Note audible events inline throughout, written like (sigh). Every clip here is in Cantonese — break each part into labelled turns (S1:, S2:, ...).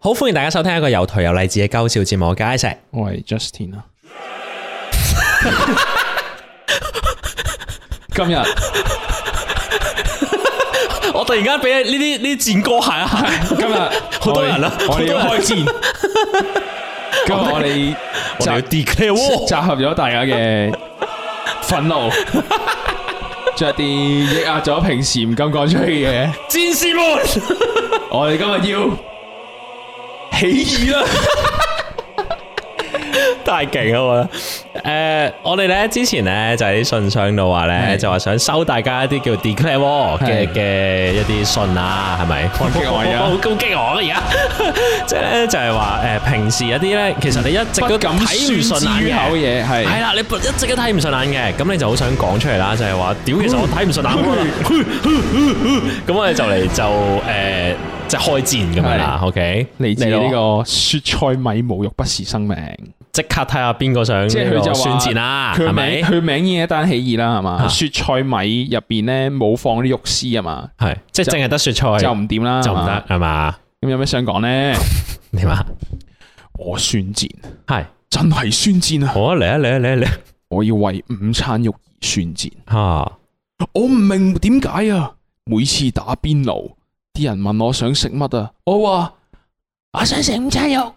S1: 好歡迎大家收聽一個又頹又勵志嘅搞笑節目《街石》。
S2: 我係 Justin
S1: (laughs)
S2: 啊。今日
S1: (laughs) 我突然間俾呢啲呢啲戰歌嚇一嚇，
S2: 今日
S1: (laughs) 好多人啊
S2: 我
S1: 好多
S2: 哋
S1: 人
S2: 要
S1: (laughs)
S2: 開戰。今日我哋
S1: 我哋要
S2: 集
S1: declare war
S2: 集合咗大
S1: (laughs)
S2: 家嘅憤怒，着啲抑壓咗平時唔敢講出去嘅嘢。
S1: 戰士們。
S2: 我哋今日要起義啦！
S1: (laughs) 太勁啊！我覺得，誒、我哋咧之前咧就喺啲信箱度話咧，
S2: 係
S1: 就話想收大家一啲叫 declare war 嘅
S2: 係
S1: 嘅一啲信啊，係咪？好
S2: 激我而家
S1: 好好激我啊！而家 (laughs) 即係咧就係話誒，平時有啲咧，其實你一直
S2: 不
S1: 都睇
S2: 敢
S1: 唔
S2: 宣之
S1: 順
S2: 於
S1: 眼
S2: 口
S1: 嘅。
S2: 嘢係
S1: 係啦，你一直都睇唔順眼嘅，咁你就好想講出嚟啦，就係話屌，其實我睇唔順眼喎，咁我哋就嚟就誒即係開戰咁樣啦，OK？
S2: 嚟自
S1: 咯
S2: 呢個雪菜米無肉不是生命，
S1: 即刻睇下邊個想
S2: 即係
S1: 呢
S2: 佢
S1: 個
S2: 就話
S1: 宣戰啦，
S2: 佢
S1: 係
S2: 名
S1: 咪？
S2: 佢名已經一單起義啦，係
S1: 啊
S2: 嘛？ (laughs) 雪菜米入邊咧冇放啲肉絲啊嘛，
S1: 係即係淨係得雪菜
S2: 就唔掂啦，
S1: 就唔得
S2: 係嘛。
S1: 係嘛？
S2: 咁有咩想講咧？
S1: 點啊？
S2: (laughs) 我宣戰，
S1: 係
S2: 真係宣戰啊！
S1: 好啊！嚟啊嚟啊嚟啊嚟啊
S2: 我要為午餐肉而宣戰。
S1: 嚇！
S2: 我唔明點解啊！每次打邊爐，啲人問我想食乜啊，我話我想食午餐肉，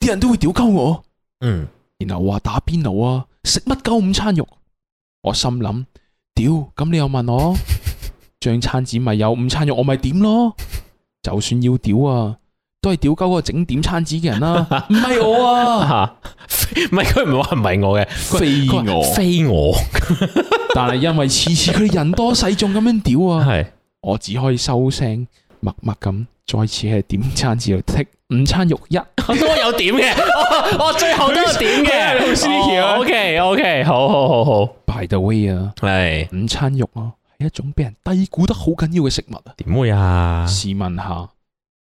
S2: 啲人都會屌鳩我。
S1: 嗯，
S2: 然後話打邊爐啊，食乜鳩午餐肉？我心諗，屌，咁你又問我，張餐紙咪有午餐肉，我咪點咯。就算要屌啊，都係屌鳩個整點餐紙嘅
S1: (laughs)
S2: 人啦、唔係我啊，
S1: 嚇！非 (laughs) 唔係佢唔係話唔係我嘅，佢
S2: 非
S1: 佢話
S2: 我。
S1: 非我
S2: 但係因為次次佢哋人多勢眾咁樣屌啊，
S1: 係
S2: 我只可以收聲，默默咁再次喺點餐紙度剔午餐肉一。
S1: 都有點嘅， (laughs) 我我最後都有點 (laughs)
S2: 佢係老師
S1: 嘅。
S2: 條啊
S1: O K O K，好好好好，
S2: By the way 啊，
S1: 係
S2: 午餐肉啊係一種俾人低估得好緊要嘅食物啊。
S1: 點會 (laughs) 啊？
S2: 試問下，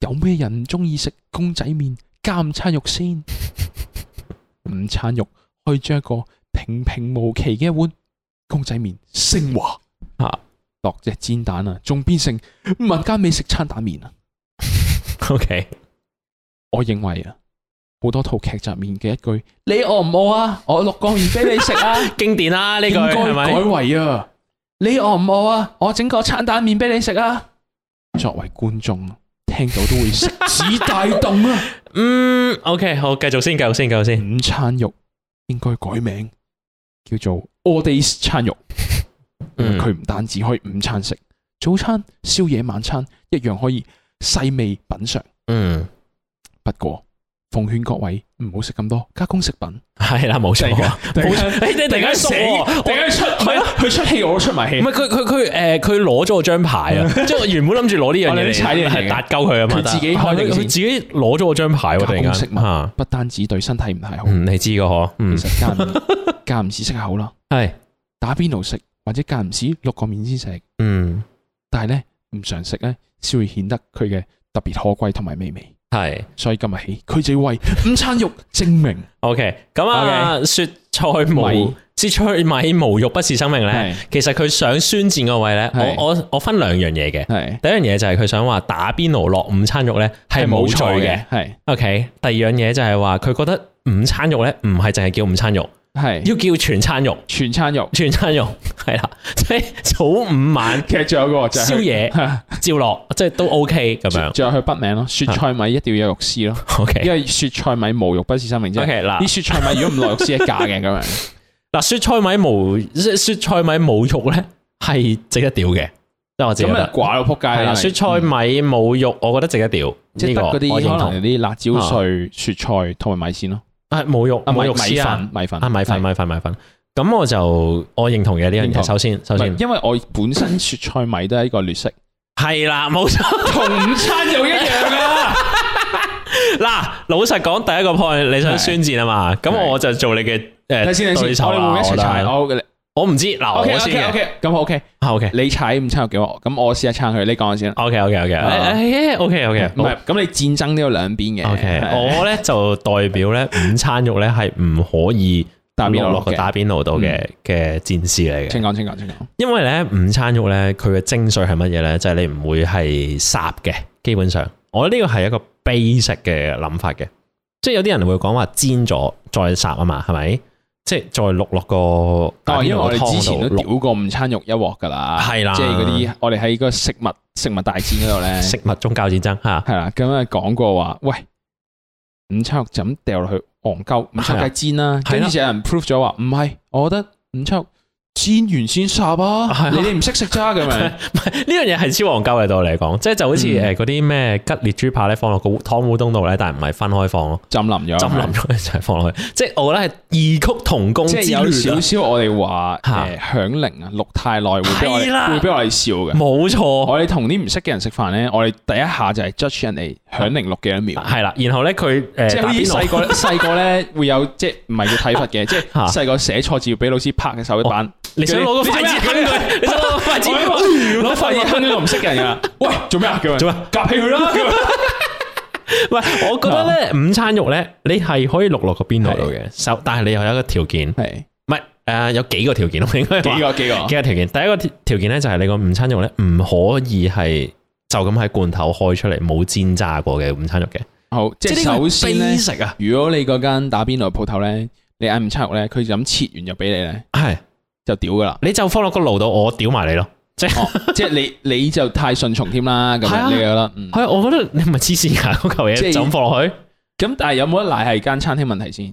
S2: 有咩人唔中意食公仔麵加午餐肉
S1: (laughs)
S2: 先？午餐肉可以將一個平平無奇嘅一碗公仔麵升華，
S1: 啊
S2: 落隻煎蛋啊，仲變成民間美食餐蛋麵啊！
S1: O K，
S2: 我認為啊，好多套劇集面嘅一句：你餓唔餓啊？我落個麵俾你食啊！
S1: 經典啦呢句
S2: 應該
S1: 係
S2: 改
S1: 咪？
S2: 為啊！你餓唔餓啊？我整個餐蛋麵俾你食啊！作為觀眾，聽到都會食 (laughs) 指大動啊！
S1: 嗯，O K，好，繼續先，繼續先，繼續先。
S2: 午餐肉應該改名叫做 all days 餐肉，因為
S1: 嗯
S2: 佢唔單止可以午餐食，早餐、宵夜、晚餐一樣可以細味品嚐。
S1: 嗯，
S2: 不過奉勸各位唔好食咁多加工食品。
S1: 係啦，冇錯。冇 (laughs) 誒你突然間熟喎，我
S2: 間出，唔係佢出氣，我都出埋氣
S1: 唔係佢佢佢誒，佢攞咗我張牌啊！ (laughs) 即係我原本諗住攞呢樣
S2: 哦
S1: 嘢
S2: 你踩呢
S1: 嚟
S2: 樣嘢
S1: 係搭鳩佢啊嘛，
S2: 佢自己
S1: 但係
S2: 開定
S1: 佢佢
S2: 先
S1: 自己攞咗我張牌喎，突然間
S2: 加工食物
S1: 嚇
S2: 不單止對身體唔太好，
S1: 嗯，你知個嗬，嗯
S2: 其，實間唔間唔時食下好啦。
S1: 係，
S2: 打邊爐食或者間唔時落個面先食，
S1: 嗯，
S2: 但係咧唔常食咧，先會顯得佢嘅特別可貴同埋美味。
S1: 係
S2: 所以今日起，佢就要為午餐肉證明。
S1: ，OK，咁啊，雪菜無
S2: 米
S1: 雪菜米無肉不是生命咧
S2: 係，
S1: 其實佢想宣戰個位咧，
S2: 係
S1: 我我我分兩樣嘢嘅，
S2: 係
S1: 第一樣嘢就係佢想話打邊爐落午餐肉咧係冇罪嘅。
S2: 係
S1: OK，第二樣嘢就係話佢覺得午餐肉咧唔係淨係叫午餐肉，
S2: 係
S1: 要叫全餐肉。 (laughs)
S2: 全餐肉。
S1: 全餐肉係啦，即係早午晚
S2: 其實仲有個就係
S1: 宵
S2: (laughs)
S1: 夜照落，即係都 OK 咁樣。啊
S2: 仲有佢筆名咯，雪菜米一定要有肉絲咯，因
S1: OK
S2: 為雪菜米無肉不是生命啫。
S1: OK
S2: 啲
S1: 嗱
S2: 雪菜米如果唔落肉絲係假嘅咁樣，
S1: 嗱，雪菜米無即雪菜米冇肉咧，係值得屌嘅， (laughs) 即係我自己覺
S2: 咁啊嗯
S1: 得。
S2: 寡到仆街
S1: 係
S2: 啦。
S1: 啦，雪菜米冇肉，我覺得值得屌。
S2: 即係
S1: 呢
S2: 得
S1: 個
S2: 嗰
S1: 我認
S2: 啲可能
S1: 同
S2: 有啲辣椒碎、雪菜同埋米線咯，
S1: 啊冇肉
S2: 啊米
S1: 冇肉
S2: 米
S1: 絲啊
S2: 粉米粉
S1: 啊米粉米粉米粉，咁我就我認同嘅呢樣
S2: 認
S1: 嘢。
S2: 同
S1: 首先首
S2: 唔
S1: 先
S2: 係因為我本身雪菜米都係一個劣食，
S1: 係啦，冇錯。 (laughs)
S2: 同午餐又一樣啊！
S1: 嗱，老實講，第一個 point 你想
S2: 係
S1: 宣戰啊嘛，咁
S2: 係
S1: 我就做你嘅
S2: 睇
S1: 誒
S2: 先睇
S1: 對
S2: 先，
S1: 手啊啦。
S2: 我哋會唔會一齊
S1: 覺得
S2: 踩？我
S1: 我唔知，嗱
S2: OK
S1: 啊我先
S2: OK
S1: 嘅
S2: OK，咁 OK，
S1: 啊，OK
S2: 你踩午餐肉幾好，咁我試下撐佢，你講我先啦。
S1: OK OK OK，
S2: 啊
S1: 誒 OK
S2: 唔
S1: OK，
S2: 係，咁你戰爭都有兩邊嘅。
S1: OK，
S2: 係
S1: 我咧就代表咧午餐肉咧係唔可以
S2: 打邊爐
S1: 落個
S2: 嘅嗯
S1: 打邊爐度嘅嘅戰士嚟嘅，
S2: 請講請講請講。
S1: 因為咧午餐肉咧佢嘅精髓係乜嘢咧？就係你唔會係烚嘅，基本上我覺得呢個係一個 basic 嘅諗法嘅，即係有啲人會講話煎咗再烚啊嘛，係咪？即係再碌落個
S2: 哦，
S1: 大
S2: 因為我
S1: 個
S2: 哋之
S1: 湯
S2: 前
S1: 度
S2: 都
S1: 碌
S2: 屌過午餐肉一鑊㗎啦，
S1: 係啊啦
S2: 即係嗰啲我哋喺個食物食物大戰嗰度咧，
S1: 食物宗教戰爭嚇，
S2: 係啦，咁啊講過話，喂，午餐肉就咁掉落去戇鳩，午
S1: 係啊
S2: 餐肉梗係煎啦，
S1: 係啦
S2: 跟住就有人 prove 咗話唔係，我覺得午餐肉煎完先烚
S1: 係
S2: 啊
S1: 啊，
S2: 你哋唔識食咋咁
S1: (laughs)
S2: 樣。
S1: 呢樣嘢係超戇鳩嘅對我嚟講，即係就好似誒
S2: 嗯
S1: 嗰啲咩吉列豬扒咧放落個湯烏冬度咧，但係唔係分開放咯，
S2: 浸淋咗，
S1: 浸淋咗一齊放落去，哦即係我覺得係異曲同工之
S2: 即係有
S1: 亂
S2: 少
S1: 啊
S2: 少我哋話
S1: 嚇
S2: 誒響鈴啊，錄太耐會俾我
S1: 係
S2: 哋
S1: 啦
S2: 會俾我哋笑嘅。
S1: 冇錯。
S2: 我哋同啲唔識嘅人食飯咧，我哋第一下就係 judge 人哋響鈴錄幾多秒，
S1: 係啦，然後咧佢誒
S2: 即係好似
S1: 打邊
S2: 細
S1: 爐 (laughs)
S2: 個細個咧會有即係唔係叫體罰嘅，即係
S1: 嚇哦
S2: 細個寫錯字要俾老師拍嘅手板。
S1: 你想攞個筷子
S2: 做
S1: 吞
S2: 咩啊
S1: 佢，哎你想攞個筷子
S2: 我喺度攞筷子坑呢個唔識嘅人啊！喂，做咩啊？咁樣
S1: 做咩啊
S2: 夾起佢啦！咁樣
S1: 喂，我覺得咧午餐肉咧，你係可以落落個邊爐度嘅，手，啊但係你又有一個條件，唔
S2: 係
S1: 係誒有幾個條件咯，應該話
S2: 幾個幾
S1: 幾
S2: 個
S1: 個條件。第一個條條件咧就係你個午餐肉咧唔可以係就咁喺罐頭開出嚟冇煎炸過嘅午餐肉嘅，
S2: 好，即係
S1: 呢個
S2: 首先咧，
S1: basic 啊，
S2: 如果你嗰間打邊爐鋪頭咧，你嗌午餐肉咧，佢就咁切完就俾你咧，
S1: 係
S2: 就屌噶啦。
S1: 你就放落個爐度，我屌埋你咯。
S2: 哦， (laughs) 即係你你就太順從添啦，咁
S1: 係啊
S2: 樣你覺得？嗯
S1: 係，我覺得你唔係黐線㗎嗰嚿
S2: 即係
S1: 嘢就咁放落去。
S2: 咁但係有冇得賴係間餐廳問題先？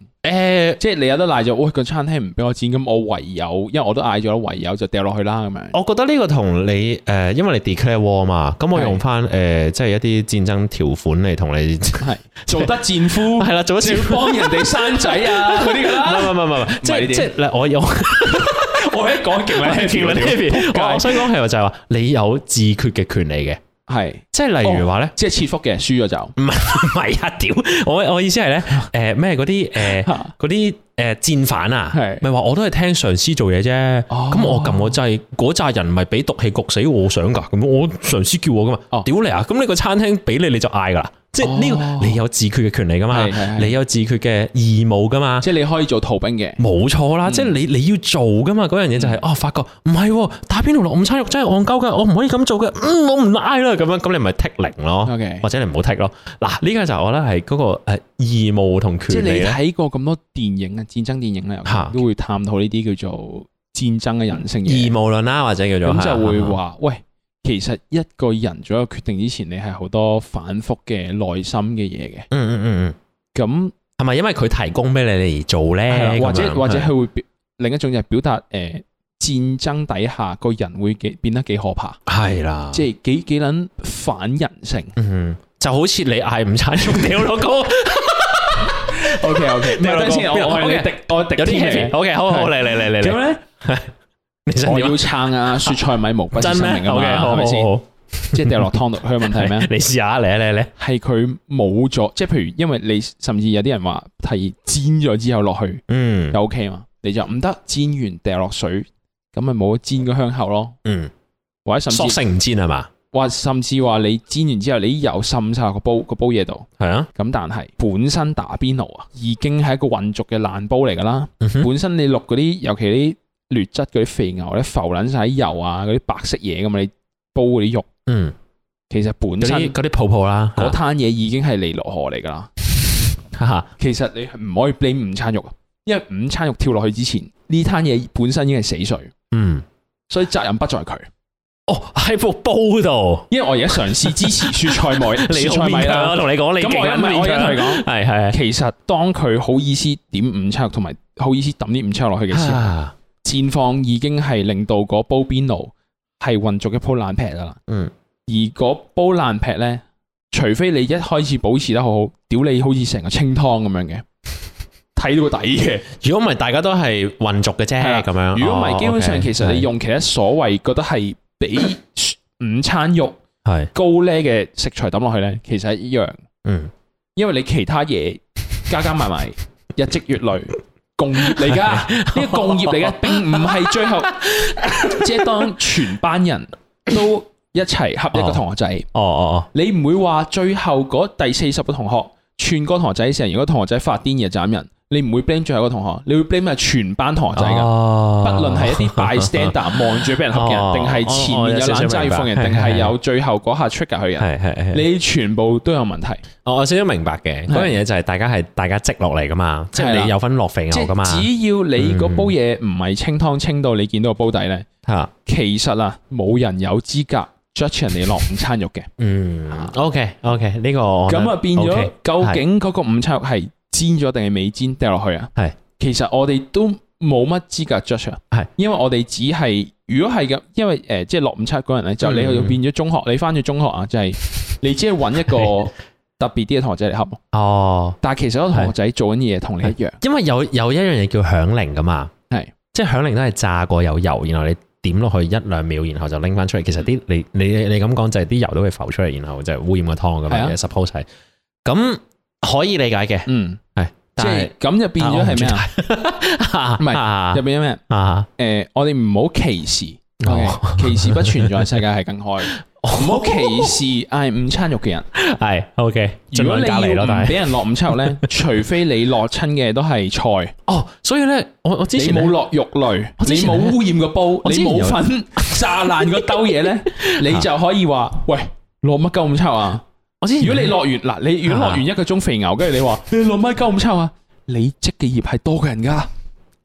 S1: 誒，
S2: 即係你有得賴就，喂個餐廳唔俾我剪，咁我唯有，因為我都嗌咗，唯有就掉落去啦咁樣。
S1: 我覺得呢個同你誒，因為你 declare war 嘛，咁我
S2: 係
S1: 用翻誒，即係一啲戰爭條款嚟同
S2: (laughs)
S1: 你。
S2: 係做得戰夫，
S1: 係啦，做咗
S2: 就
S1: 少
S2: 要幫人哋生仔啊嗰啲㗎
S1: 唔係唔係唔係
S2: 啦。
S1: 唔係，即
S2: 唔係呢
S1: 係
S2: 啲
S1: 即係嗱我有
S2: (laughs) 我一講極
S1: 我
S2: 極
S1: 我我想講係話就係話你有自決嘅權利嘅，
S2: 係
S1: 即係例如話咧，
S2: 即係切腹嘅，輸咗
S1: 嗯
S2: 就
S1: 唔係啊屌，我我意思係
S2: (laughs)
S1: 咧，誒咩嗰啲誒
S2: 嚇
S1: 嗰啲誒戰犯啊
S2: 係，
S1: 咪話我都係聽上司做嘢啫，
S2: 哦
S1: 咁我撳個掣，嗰扎人咪俾毒氣焗死我想噶，咁我上司叫我噶
S2: 哦
S1: 嘛，屌你啊，咁你個餐廳俾你你就嗌噶啦，即係呢
S2: 哦
S1: 個你有自決嘅權利噶嘛
S2: 係係，係
S1: 你有自決嘅義務噶嘛。
S2: 即係你嗯可以做逃兵嘅。
S1: 冇錯啦，即係你你要做噶嘛，嗰樣嘢
S2: 嗯
S1: 就係、哦，發覺唔係喎，打邊爐落午餐肉真係戇鳩噶，我唔可以咁做嘅，嗯，我唔嗌啦，咁樣咁你咪剔零咯
S2: OK
S1: 哦或者你唔好剔咯。嗱，呢個就我覺得係嗰個誒義務同
S2: 即係
S1: 權利
S2: 你
S1: 咧，
S2: 睇過咁多電影啊，戰爭電影咧
S1: 嚇，
S2: 都會探討呢啲叫做戰爭嘅人性嘢。
S1: 義務論啦，或者叫做
S2: 咁就
S1: 會
S2: 會話：喂，其實一個人做一個決定之前，你係好多反覆嘅內心嘅嘢嘅。
S1: 嗯嗯嗯嗯，
S2: 咁
S1: 係咪因為佢提供俾你哋而做
S2: 係啦
S1: 咧？
S2: 或者或者
S1: 係
S2: 佢會表另一種就係表達誒、呃、戰爭底下個人會幾變得幾可
S1: 啊
S2: 怕，
S1: 係啦，即係。
S2: 即係幾幾撚反人性
S1: (laughs) 嗯，就好似你嗌午餐
S2: (laughs)
S1: 肉掉落個
S2: OK OK，唔係
S1: 你有
S2: (laughs) 等陣先，
S1: 個
S2: 我我係你
S1: OK
S2: 敵我
S1: 啊
S2: 係
S1: 有
S2: 敵
S1: 啲
S2: 添
S1: heavy。OK，好好嚟嚟嚟嚟
S2: 嚟嘅。
S1: 嚟，
S2: 咁咧，
S1: (laughs) 你想
S2: 我
S1: 點
S2: 要
S1: 啊 (laughs)
S2: 撐啊！雪菜米無不是
S1: 真
S2: 生
S1: 咩
S2: 命啊
S1: ？OK，
S2: 嘛，
S1: 好
S2: 係咪
S1: 好
S2: 先？
S1: 好。
S2: (laughs) 即係掉落湯度，佢嘅問題係咩啊？
S1: 你試下嚟啊嚟啊嚟啊！
S2: 係佢冇咗，即係譬如，因為你甚至有啲人話係煎咗之後落去，
S1: 嗯
S2: 就 OK 嘛，你就唔得煎完掉落水，咁咪冇煎個香口咯，
S1: 嗯，
S2: 或者甚
S1: 索
S2: 至
S1: 性唔煎係嘛？
S2: 或甚至話你煎完之後，你油滲晒個煲個煲嘢度，
S1: 係啊，
S2: 咁但係本身打邊爐啊，已經係一個混濁嘅爛煲嚟㗎啦，
S1: 嗯哼
S2: 本身你落嗰啲，尤其啲劣質嗰啲肥牛咧浮撚晒啲油啊，嗰啲白色嘢咁嘛，你煲嗰啲肉，
S1: 嗯，
S2: 其實本
S1: 嗰啊
S2: 身
S1: 啲嗰啲泡泡啦，
S2: 嗰攤嘢已經係尼羅河嚟㗎啦。
S1: 哈哈
S2: 其實你係唔可以 blame 午餐肉啊，因為午餐肉跳落去之前，呢攤嘢本身已經係死水，
S1: 嗯，
S2: 所以責任不在佢。
S1: 哦喺部煲度，
S2: 因為我而家嘗試支持雪菜米，
S1: (laughs)
S2: (laughs)
S1: 你
S2: 雪
S1: 好
S2: 菜米
S1: 勉強啊，我
S2: 啦。
S1: 同你講，你
S2: 咁我而家咪我而家同你講，
S1: 係係
S2: 其實當佢好意思點午餐肉同埋好意思抌啲午餐肉落去嘅時候，
S1: 啊
S2: 戰況已經係令到嗰煲邊爐係混濁一鋪爛劈噶啦。
S1: 嗯，
S2: 而嗰煲爛劈咧，除非你一開始保持得好好，屌你好似成個清湯咁樣嘅，睇到個底嘅。
S1: 如果唔係，大家都係混濁嘅啫，
S2: 係啦
S1: 咁樣。
S2: 如果唔係，基本
S1: 哦
S2: 上其實你用其他所謂覺得係比 (coughs) 午餐肉
S1: 係
S2: 高呢嘅食材抌落去咧，其實係一樣，
S1: 嗯
S2: 因為你其他嘢加加埋 (laughs) 埋，日積月累，共業嚟噶，
S1: (laughs)
S2: 呢個共業嚟嘅，並唔係最後， (laughs) 即係當全班人都一齊合一個同學仔，
S1: 哦哦
S2: 你唔會話最後嗰第四十個同學串個同學仔，成完個同學仔發癲嘢斬人，你唔會 blame 最後一個同學，你會 blame 係全班同學仔㗎。
S1: 哦
S2: 不論係
S1: (laughs)
S2: 一啲 bystander 望住俾人恰嘅
S1: 哦
S2: 人，定係前面有攬揸要放
S1: 哦哦有少少明
S2: 人，
S1: 白
S2: 定係有最後嗰下 trigger 佢人，
S1: 係係係。
S2: 你全部都有問題。
S1: 我我少少明白嘅，嗰樣嘢就係大家係大家積落嚟噶嘛，即
S2: 係
S1: 係
S2: 啦
S1: 你有份落肥
S2: 即
S1: 牛噶嘛
S2: 係，只要你嗰煲嘢唔係清湯清到你見到個煲底咧，
S1: 嚇，
S2: 其實啊冇人有資格 judge 人哋落午餐肉嘅。
S1: 嗯，OK OK，呢個 (laughs) 我覺得
S2: 咁啊變
S1: OK，
S2: 咗，究
S1: 係
S2: 竟嗰個午餐肉係煎咗定係未煎掉落去啊？
S1: 係，
S2: 其實我哋都冇乜資格 judge 啊。
S1: 係，
S2: 因為我哋只係如果係咁，因為誒即係落午餐嗰人咧，就你
S1: 嗯
S2: 去到變咗中學，你翻咗中學啊，
S1: (laughs)
S2: 就係你只係揾一個特別啲嘅同學仔嚟恰咯。
S1: 哦，
S2: 但係其實嗰個同學仔做緊嘢同你一樣，
S1: 因為有有一樣嘢叫響鈴噶嘛，
S2: 係
S1: 即係響鈴都係炸過有油，然後你點落去一兩秒，然後就拎翻出嚟。其實啲你你你你咁講就係啲油都會浮出嚟，然後就污染個湯咁
S2: 係
S1: 樣
S2: 啊
S1: 嘅，suppose 係咁可以理解嘅，
S2: 嗯，即
S1: 但係
S2: 係咁就變咗係咩啊？
S1: (laughs) 啊？
S2: 唔係
S1: 啊
S2: 入邊有咩？
S1: 啊，
S2: 誒，呃我哋唔好歧視
S1: 哦
S2: ，OK，歧視不存在，世界係
S1: (laughs)
S2: 更開，
S1: 唔
S2: 唔好歧視哎嗌午餐肉嘅人。
S1: 係 OK，盡
S2: 如果
S1: 量
S2: 你
S1: 隔離咯，
S2: 要
S1: 但
S2: 唔
S1: 係
S2: 俾人落午餐
S1: (laughs)
S2: 肉咧，除非你落親嘅都係菜，
S1: 哦，所以咧，我我之
S2: 你
S1: 前呢
S2: 冇落肉類，
S1: 我之
S2: 你
S1: 前
S2: 冇
S1: 呢
S2: 污染個煲，
S1: 我之
S2: 你
S1: 前
S2: 冇
S1: 有
S2: 份炸爛個兜
S1: (laughs)
S2: 嘢咧，你就可以話喂。落乜鳩咁臭啊！
S1: 我之前啊
S2: 如果你落完嗱，你如果落完一個鐘肥牛，跟住你
S1: (laughs)
S2: 話你落乜鳩咁臭啊！你積嘅葉係多過人噶，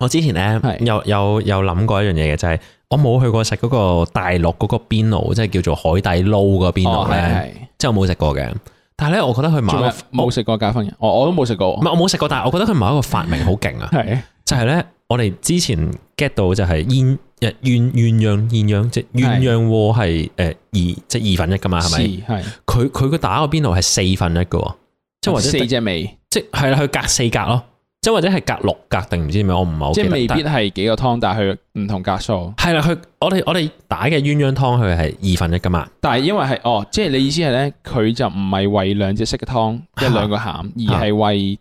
S1: 我之前咧
S2: 係
S1: 有有有諗過一樣嘢嘅，就係、我冇去過食嗰個大陸嗰個邊爐，即係叫做海底撈個邊啊
S2: 哦
S1: 爐咧，
S2: 係
S1: 即係我冇食過嘅。但係咧，我覺得佢某
S2: 做
S1: 一
S2: 咩
S1: 個
S2: 冇食過加分嘅？我我都冇食
S1: 唔
S2: 過，
S1: 係我冇食過，但係我覺得佢某一個發明好勁啊！
S2: 係
S1: 就係咧，我哋之前 get 到就係呃鸳誒鸳鸳鸯鸳鸯即係鸳鸯鍋係誒呃二即係二分一噶嘛，係咪？
S2: 係係，
S1: 佢佢個打個邊爐係四分一嘅喎，即係或者
S2: 四隻味，
S1: 即係係啦，佢隔四格咯，即係或者係隔六格定唔知咩，我唔係好記
S2: 即
S1: 得
S2: 係未
S1: 但
S2: 必啊係幾個湯，但係佢唔同格數。
S1: 系啦，佢我哋我哋打嘅鸳鸯湯，佢係二分一噶嘛，
S2: 但係因為係哦，即係你意思係咧，佢就唔係為兩隻色
S1: (laughs)
S2: 嘅湯，即係兩個餡，而係為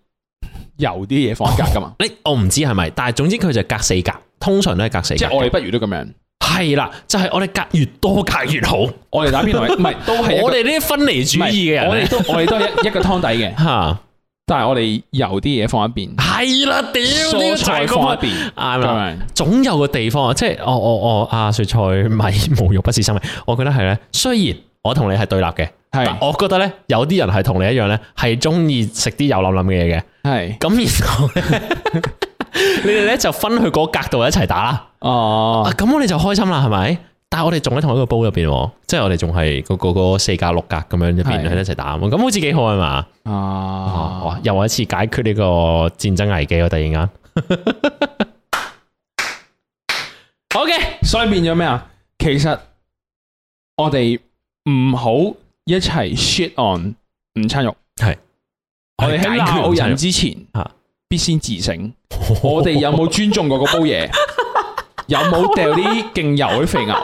S2: 油啲嘢放一格噶嘛。
S1: (laughs) 你我唔知係咪，但係總之佢就隔四格，通常都係隔四格
S2: 即
S1: 嘅。
S2: 係我哋不如都咁樣，
S1: 係啦，就係、我哋隔越多隔越好。我
S2: 我哋打邊
S1: (laughs)
S2: 爐係唔係都係一個
S1: 哋呢啲分離主義嘅
S2: 唔係我
S1: 人咧，
S2: 哋都我哋都係一 (laughs) 一個湯底嘅，
S1: 嚇
S2: 但係我哋油啲嘢放一邊，
S1: 係啦，屌呢個
S2: 蔬
S1: 就
S2: 菜
S1: 係
S2: 放一
S1: 咁
S2: 邊，
S1: 啊啱
S2: 咁
S1: 啦。
S2: 樣
S1: 總有個地方，即係我我我阿雪菜米 (laughs) 無肉不是生米，我覺得係咧。雖然我同你係對立嘅，但
S2: 係
S1: 我覺得咧有啲人係同你一樣咧，係中意食啲油冧冧嘅嘢嘅。 (laughs)
S2: 係
S1: 咁然後咧， (laughs) 你哋咧就分去嗰格度一齊打啦。啊，
S2: 哦，
S1: 咁我哋就開心啦，係咪？但係我哋仲喺同一個煲入邊喎，即係我哋仲係嗰個嗰四格六格咁樣入邊
S2: 係
S1: 喺一齊打，咁好似幾好啊嘛！啊
S2: 啊
S1: 哇，又一次解決呢個戰爭危機喎，突然間。好嘅，
S2: 所以變咗咩啊？其實我哋唔好一齊 shit on 午餐肉。我哋喺鬧人之前
S1: 啊，
S2: 必先自省。我哋有冇尊重過嗰煲 (laughs) 嘢？有冇掉啲勁油嗰啲肥牛？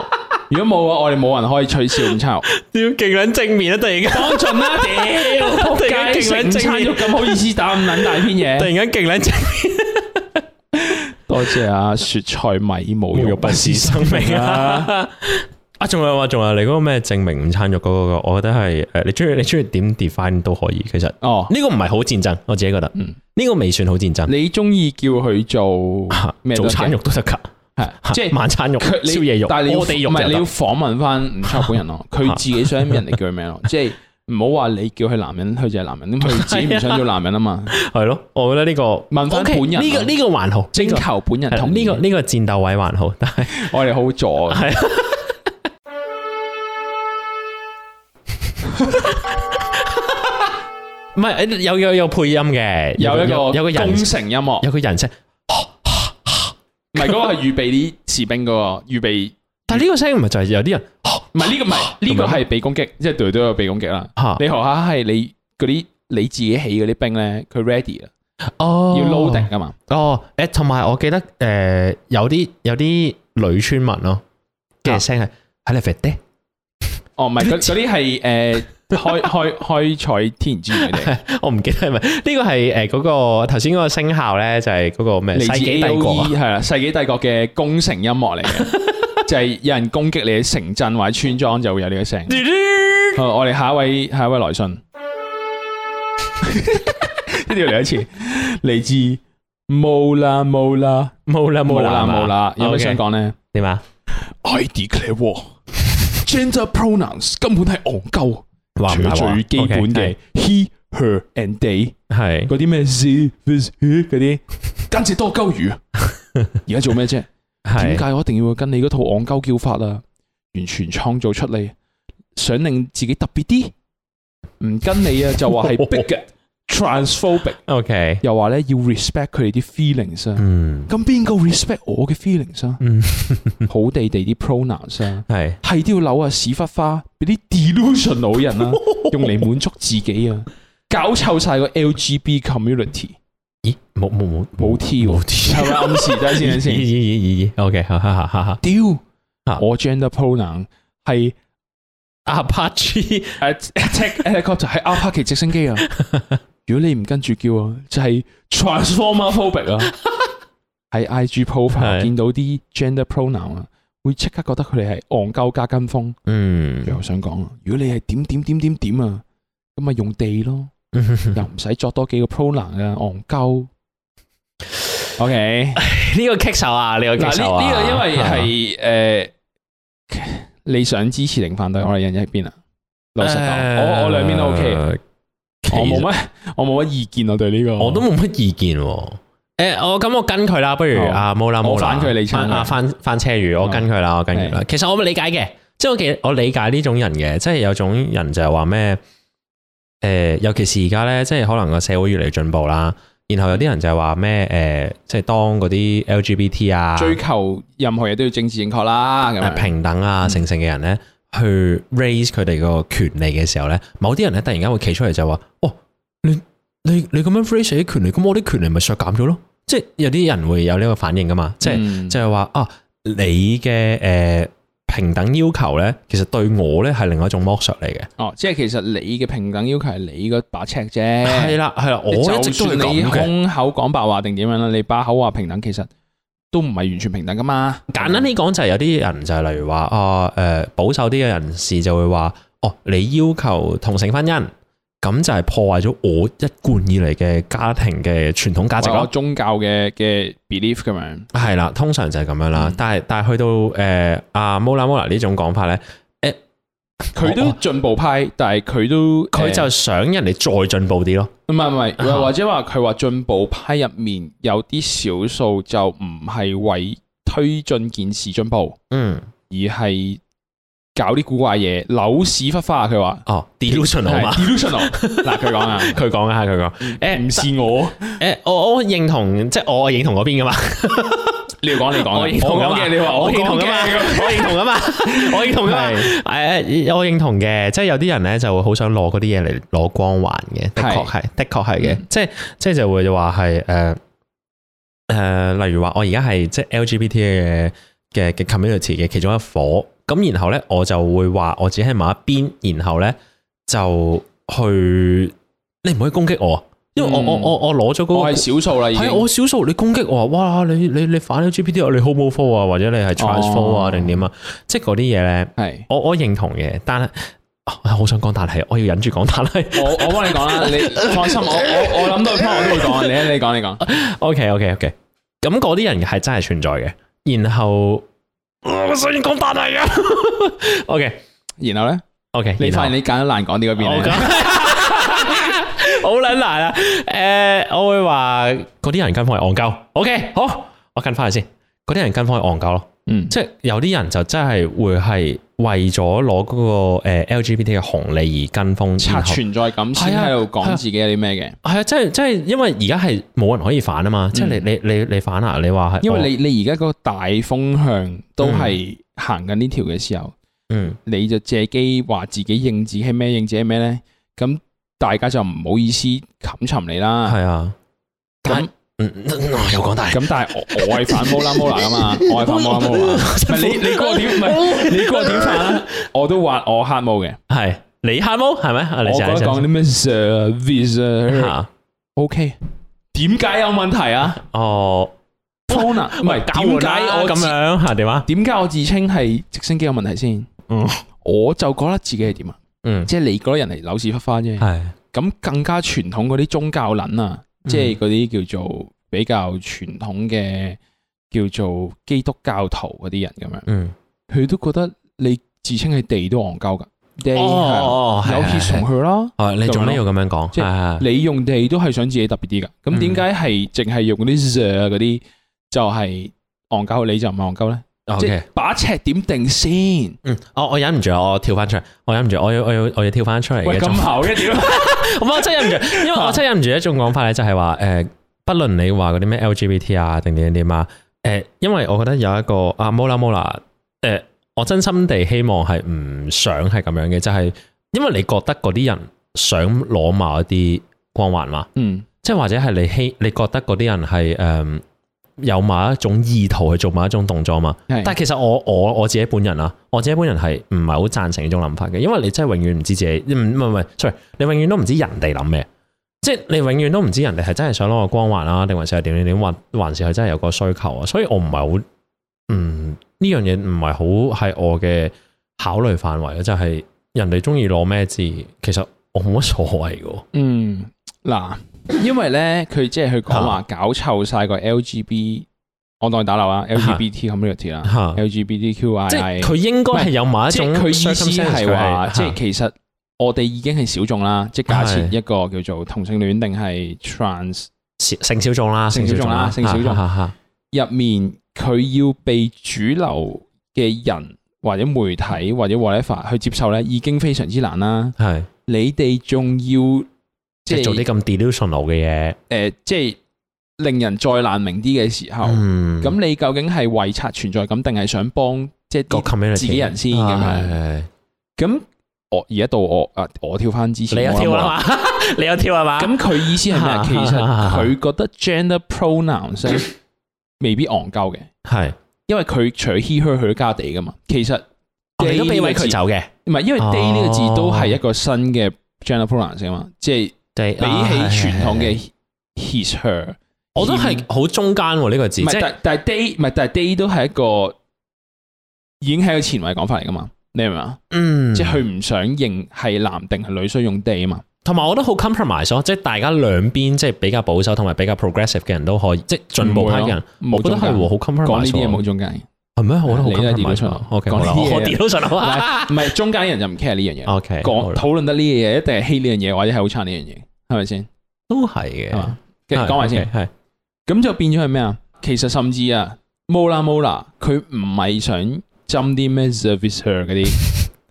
S2: 如果冇嘅話，我哋冇人可以取笑午餐肉。 (laughs)
S1: 屌勁撚正面啊！突然間，
S2: 當盡啦， (laughs) 屌！仆
S1: 突然
S2: 街
S1: 間勁
S2: 食午
S1: 撚正
S2: 餐肉
S1: 面，
S2: 咁好意思打咁撚大篇
S1: 突
S2: (laughs) 嘢。
S1: 然間勁撚正
S2: 多謝阿雪菜米冇
S1: 面，
S2: 肉不是生命啊！！
S1: (laughs) 啊，仲有啊，仲有你嗰個咩證明午餐肉嗰個，我覺得係誒，你中意你中意點 define 都可以，其實。
S2: 哦，
S1: 呢個唔係好戰爭，我自己覺得，
S2: 嗯
S1: 呢個未算好戰 (laughs) 爭。
S2: 你中意叫佢做咩都
S1: 早
S2: 得嘅
S1: 餐肉都得㗎，
S2: 係即係
S1: 晚餐肉、
S2: 佢你
S1: 宵夜肉、
S2: 但係你要
S1: 我地肉
S2: 唔係你要
S1: 就得。
S2: 訪問翻吳秋本人咯，佢自己想人哋叫佢咩咯，即係唔好話你叫佢男人，佢就係男人，咁佢自己唔想做男人啊嘛，
S1: 係咯，我覺得呢個
S2: 問返
S1: OK，
S2: 本人
S1: 呢個
S2: 咯
S1: 呢個還好，呢
S2: 徵
S1: 個
S2: 求本人
S1: 係啦
S2: 同
S1: 呢
S2: 意
S1: 個呢個戰鬥位還好，但 (laughs) 係
S2: 我哋好助啊，
S1: 唔係有有有配音嘅，
S2: 有一個
S1: 有個人
S2: 工程音樂，
S1: 有個人聲，
S2: 唔係嗰個係預備啲士兵嗰個預備，
S1: 但係呢個聲唔係就係有啲人
S2: 唔係呢個唔係呢個係被攻擊，即係隊隊有被攻擊啦。
S1: 嚇
S2: 你學下係你嗰啲你自己起嗰啲兵咧，佢 ready 啦，
S1: 哦
S2: 要 loading 噶嘛，
S1: 哦，誒同埋我記得誒有啲有啲女村民咯嘅聲係喺你肥爹， (laughs)
S2: 哦唔係嗰嗰啲係誒開開開採天然資源嘅，
S1: 我唔記得係咪呢個係誒嗰個頭先嗰個聲效咧，就係嗰個咩世
S2: 嚟自
S1: 紀帝國啊
S2: A.O.E E，係啦，世紀帝國嘅攻城音樂嚟 (laughs) 嘅，就係有人攻擊你嘅城鎮或者村莊就會有呢個聲。好，我哋下一位下一位來 (laughs) 信，一定要嚟一次，嚟自冇啦冇啦
S1: (laughs) 冇啦冇啦
S2: 冇啦，有咩想？
S1: 係嘛
S2: 講咧
S1: OK，點啊？
S2: ？I declare war，gender pronouns 根本係戇鳩，
S1: 話
S2: 除
S1: 唔係話
S2: 咗最基本
S1: OK，
S2: 嘅 he、her and they
S1: 係
S2: 嗰啲咩 z is he 嗰 (laughs) 啲，簡直多鳩 (laughs) 魚。而家做咩啫？
S1: 係
S2: 點解我一定要跟你嗰套戇鳩叫法啊？完全創造出嚟，想令自己特別啲，唔跟你啊就話係
S1: (laughs)
S2: big 嘅 transphobic，
S1: OK，
S2: 又話咧要 respect 佢哋啲 feelings 啊。
S1: 嗯
S2: 咁邊個 respect 我嘅 feelings 啊？
S1: 嗯，
S2: 好地地啲 pronouns 啊，
S1: 係
S2: 係都要扭啊屎忽花，俾啲 delusional 人
S1: (laughs)
S2: 啊，用嚟滿足自己啊，搞臭晒個 LGB community，
S1: 咦冇冇冇
S2: 冇 T 喎，
S1: T
S2: 係咪暗示？等下先，
S1: 咦咦
S2: 等下
S1: (laughs)
S2: 先。
S1: 咦咦咦，OK，哈哈哈哈哈。
S2: 屌
S1: 啊，
S2: 我 gender pronoun 係 (laughs)
S1: Apache
S2: 誒 attack helicopter 係阿帕奇直升機 (laughs) 啊！如果你唔跟住叫啊，就係 transformer phobic 啊！ (laughs) 喺
S1: 係
S2: IG profile 見到啲 gender pronoun 啊，會即刻覺得佢哋係戇鳩加跟風。
S1: (laughs) 嗯
S2: 又想講啊，如果你係點點點點點啊，咁咪用地咯，又唔使作多幾個 pronoun 啊，戇鳩。OK。 (laughs)
S1: 呢個棘手啊，呢個棘
S2: 嗱
S1: 手啊，
S2: 呢呢個因為 (laughs) 係呃誒，你想支持定反對，我哋人一邊啊。老實講，呃我我兩邊都 OK，
S1: 其實
S2: 我冇乜 (laughs) 我冇乜意見啊對呢個。
S1: 我都冇乜意見喎。哦誒，我咁我跟佢啦，不如
S2: 哦
S1: 啊冇啦冇啦，
S2: 我反佢你撐
S1: 翻
S2: 佢哦
S1: 啊翻翻車魚，我跟佢啦，我跟佢啦。其實我理解嘅，即係我其我理解呢種人嘅，即係有種人就係話咩誒，尤其是而家咧，即係可能個社會越嚟越進步啦。然後有啲人就係話咩誒，即係當嗰啲 LGBT 啊，
S2: 追求任何嘢都要政治正確啦，咁
S1: 誒
S2: 樣嗯
S1: 平等啊、成成嘅人咧，去 raise 佢哋個權利嘅時候咧，某啲人咧突然間會企出嚟就話：，哦，你你你咁樣 raise 你啲權利，咁我啲權利咪削減咗咯？即係有啲人會有呢個反應噶嘛，即係、
S2: 係
S1: 就係話啊，你嘅誒、呃平等要求咧，其實對我咧係另外一種剝削嚟嘅。
S2: 哦，即係其實你嘅平等要求係你嗰把尺啫。
S1: 係啦係啦，我
S2: 你
S1: 一
S2: 就
S1: 直都係
S2: 算你
S1: 咁嘅。
S2: 空口講白話定點樣啦，你把口話平等，其實都唔係完全平等噶嘛。哦
S1: 簡單啲講就係有啲人就係例如話啊誒保守啲嘅人士就會話哦，你要求同性婚姻，咁就係破壞咗我一貫以嚟嘅家庭嘅傳統價值
S2: 或者我
S1: 咯。
S2: 宗教嘅嘅 belief 咁樣。
S1: 哦係啦，通常就係咁樣啦
S2: 嗯。
S1: 但係但係去到誒阿 Mola Mola 呢種講法咧，
S2: 佢
S1: 我
S2: 都
S1: 我
S2: 進步派，但係佢都
S1: 佢就想人哋再進步啲咯。
S2: 唔係唔係，
S1: 啊
S2: 又或者話佢話進步派入面有啲少數就唔係為推進件事進步，
S1: 嗯，
S2: 而係搞啲古怪嘢，扭屎忽花。佢話
S1: 哦，delusional
S2: 係
S1: 嘛。
S2: delusional。嗱，佢
S1: (laughs)
S2: 講啊，
S1: 佢講啊，佢講，誒
S2: 唔是我，
S1: 誒，我我認同，即係我認同嗰邊噶嘛，
S2: 你要講你講，
S1: 我認同
S2: 我
S1: 噶
S2: 講
S1: 嘛，
S2: 嘅，你話
S1: 我認同
S2: 講
S1: 噶嘛， (laughs)
S2: 嘅，
S1: 我認同噶 (laughs) 嘛，我認同噶嘛。誒，我認同嘅，即係有啲人咧就會好想攞嗰啲嘢嚟攞光環嘅，的確係，的確係嘅
S2: 嗯，
S1: 即係即係就會話係誒誒，例如話我而家係即係 LGBT 嘅嘅嘅 community 嘅其中一伙，咁然後咧我就會話我只係某一邊，然後咧就去你唔可以攻擊我，因為我
S2: 嗯
S1: 我我我攞咗
S2: 我係
S1: 嗰個。
S2: 少數啦，已
S1: 係
S2: 經
S1: 啊我少數，你攻擊我，哇！你你你反 LGBT 啊，你好冇科啊，或者你係 transphobe 啊，
S2: 哦
S1: 定點啊？即係嗰啲嘢咧，
S2: 係。
S1: 我我認同嘅，但係啊我好想講，但係我要忍住講，但係 (laughs)
S2: 我我幫你講啦，你放心，我我我諗到 point 我都會講，啊你你講你講，
S1: OK OK OK，咁嗰啲人係真係存在嘅，然後啊我想講但係啊 (laughs) ，OK
S2: 然後咧，
S1: OK，
S2: 你發現
S1: 你
S2: 你揀得難講啲嗰邊
S1: 我
S2: 啊呢
S1: 講 (laughs) 好撚難啊！誒、我會話嗰啲人跟風係戇鳩，OK 好，我跟翻佢先，嗰啲人跟風係戇鳩咯。
S2: 嗯，
S1: 即係有啲人就真係會係為咗攞嗰個呃 LGBT 嘅紅利而跟風，
S2: 刷
S1: 然後
S2: 存在感先
S1: 係啊
S2: 喺度
S1: 係啊
S2: 講自己有啲咩嘅。
S1: 係啊，即係即係，因為而家係冇人可以反啊嘛，即係你你你你反啊，你話係，
S2: 嗯因
S1: 哦
S2: 為你你而家嗰個大風向都係行緊呢條嘅時候，
S1: 嗯
S2: 你就借機話自己認自己係咩，認自己係咩咧，咁大家就唔好意思冚沉你啦。
S1: 係啊，
S2: 咁
S1: 嗯嗯嗯又講大，
S2: 咁，但係我我係反 Mola Mola
S1: (laughs)
S2: 噶嘛，我係反 Mola Mola。唔係你你嗰個點唔係你嗰個點
S1: (laughs)
S2: 反啊？我都話我黑毛嘅，
S1: 係你喊冇係咪？啊
S2: 我
S1: 你
S2: 覺
S1: 試下
S2: 得講啲咩
S1: 你試
S2: service 啊
S1: 下
S2: OK，點解有問題
S1: (laughs)
S2: 啊
S1: 哦，
S2: ？Fauna 唔係
S1: 交
S2: 點
S1: 換
S2: 解
S1: 啦
S2: 我
S1: 咁
S2: 自
S1: 樣嚇點啊？
S2: 點解我自稱係直升機有問題先？
S1: 嗯，
S2: 我就覺得自己係點啊？
S1: 嗯
S2: 即係你嗰啲人係扭屎忽花啫。
S1: 係
S2: 咁更加傳統嗰啲宗教撚啊，
S1: 嗯
S2: 即係嗰啲叫做比較傳統嘅叫做基督教徒嗰啲人咁樣，
S1: 嗯，
S2: 佢都覺得你自稱係地都戇鳩㗎，地係
S1: 哦係
S2: 有
S1: 係
S2: 血
S1: 係
S2: 從佢啦。
S1: 哦，你做咩要咁樣講？
S2: 即係
S1: 係係
S2: 你用地都係想自己特別啲㗎，咁點解係淨係用嗰啲 the 嗰啲就係戇鳩，你就唔係戇鳩
S1: 係
S2: 咧？即
S1: 哦 OK
S2: 係。把尺點定先？
S1: 嗯，我我忍唔住，我跳翻出嚟，我忍唔住，我要我要我要跳翻出嚟嘅
S2: 喂，
S1: 一
S2: 咁
S1: 種。
S2: 厚嘅點？
S1: 唔係我真係忍唔住，因為我真係忍唔住一種講法咧，就係話誒，不論你話嗰啲咩 LGBT 啊，定點點啊，誒，因為我覺得有一個啊冇啦冇啦，誒，我真心地希望係唔想係咁樣嘅，就係因為你覺得嗰啲人想攞某一啲光環嘛，
S2: (laughs) 嗯
S1: 即係或者係你希你覺得嗰啲人係誒。有某一種意圖去做某一種動作嘛？
S2: 係，
S1: 但係其實我我我自己本人啊，我自己本人係唔係好贊成呢種諗法嘅，因為你真係永遠唔知自己，嗯唔唔係唔係，sorry，你永遠都唔知人哋諗咩，即係你永遠都唔知人哋係真係想攞個光環啊，定還是係點點點，還還是係真係有個需求啊，所以我唔係好，嗯，呢樣嘢唔係好係我嘅考慮範圍咯，啊就係、人哋中意攞咩字，其實我冇乜所謂嘅喎，
S2: 嗯嗱，因為咧佢即係佢講話搞臭晒個 LGB，我當佢打漏啊啦，LGBT community 啦
S1: 嚇即係
S2: ，LGBTQI，
S1: 佢應該係有某一
S2: 即
S1: 種
S2: 係佢意思
S1: circumstance 佢
S2: 係話，即係
S1: 係
S2: 其實我哋已經係小眾啦，即係假設
S1: 係
S2: 一個叫做同性戀定係 trans。
S1: 性小眾啦，
S2: 性
S1: 性小
S2: 小眾
S1: 眾
S2: 啦
S1: 啦，
S2: 性小眾
S1: 嚇嚇嚇
S2: 入面佢要被主流嘅人或者媒體或者 whatever 去接受咧，已經非常之難啦。
S1: 係。
S2: 你哋仲要
S1: 即
S2: 即
S1: 係做啲
S2: 係
S1: 咁 delusional 嘅嘢。
S2: 誒，呃即係令人再難明啲嘅時候，哦咁、
S1: 嗯，
S2: 你究竟係為刷存在感，定係想幫即係
S1: 個
S2: 啲
S1: community
S2: 自己人先咁樣
S1: 啊係係
S2: 咁？我而家到我啊，我跳翻之前
S1: 你有
S2: 我諗
S1: 跳
S2: 我
S1: 啊嘛？
S2: (laughs)
S1: 你有跳啊嘛？
S2: 咁佢意思係咩啊？其實佢覺得 gender pronouns 呢未必戇鳩嘅，
S1: 係
S2: 因為佢除咗 he her 佢都加地噶嘛。其實
S1: 我哦哋都
S2: gay
S1: 俾
S2: 呢個
S1: 位
S2: 字
S1: 佢走嘅，
S2: 唔係，因為
S1: 哦
S2: day 呢個字都係一個新嘅 gender pronouns 啊嘛，即
S1: 比
S2: 係
S1: 啊
S2: 比起傳統嘅 his her，
S1: 我都係好中間喎呢個字，
S2: 唔
S1: 即
S2: 係，
S1: 係
S2: 但但係 day 唔係，但係 day 都係一個已經係一個前衞講法嚟噶嘛，你明唔明啊？
S1: 嗯，
S2: 即係佢唔想認係男定係女，所以用 day 啊嘛。
S1: 同埋我覺得好 compromise 咯，即係大家兩邊即係比較保守同埋比較 progressive 嘅人都可以，即係進步派嘅人，
S2: 冇
S1: 我覺得
S2: 中
S1: 係
S2: 間，
S1: 喎好
S2: 講呢
S1: compromise
S2: 啲嘢冇
S1: 喎。(laughs)
S2: 中間。
S1: 係咩？我覺得好
S2: 你都係
S1: compromise
S2: 啊
S1: 喎。OK，
S2: 講
S1: 好
S2: 呢
S1: 啦，
S2: 啲嘢
S1: 我 delusional
S2: (laughs) 唔
S1: 啊。
S2: 係唔係，中間嘅人就唔 care 呢樣嘢。
S1: OK，好哦
S2: 講
S1: 啦
S2: 討論得呢樣嘢，一定係 hate 呢樣嘢，或者係好差呢樣嘢，係咪先？
S1: 都係
S2: 係
S1: 嘅
S2: 嘛。跟住講埋先。
S1: 係，係
S2: 咁就變咗係咩啊？其實甚至啊，Mola Mola，佢唔係想針啲咩 service her 嗰啲，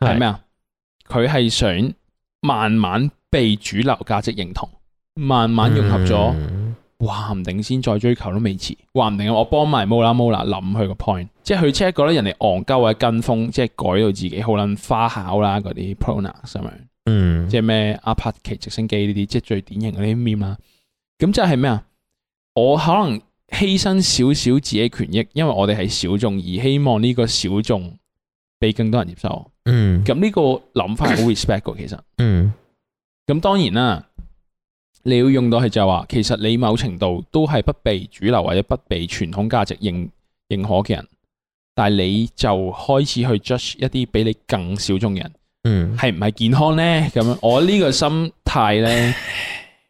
S2: 係咩啊？佢係想慢慢被主流價值認同，慢慢融合咗，
S1: 嗯
S2: 話唔定先再追求都未遲。話唔定我幫埋 Mola Mola 諗佢個 point，即係佢即係覺得人哋戇鳩或者跟風，即係改到自己好撚花巧啦嗰啲 pronouns 咁樣。
S1: 嗯，
S2: 即係咩阿帕奇直升機呢啲，即係最典型嗰啲 meme 啦。咁即係咩啊？我可能犧牲少少自己權益，因為我哋係小眾，而希望呢個小眾被更多人接受。
S1: 嗯
S2: 咁呢個諗法係
S1: (coughs)
S2: 好 respect 嘅，其實。
S1: 嗯。
S2: 咁當然啦，你要用到係就係話，其實你某程度都係不被主流或者不被傳統價值認認可嘅人，但係你就開始去 judge 一啲比你更小眾嘅人。
S1: 嗯，
S2: 係唔係健康咧？咁樣我呢個心態
S1: (coughs)
S2: 咧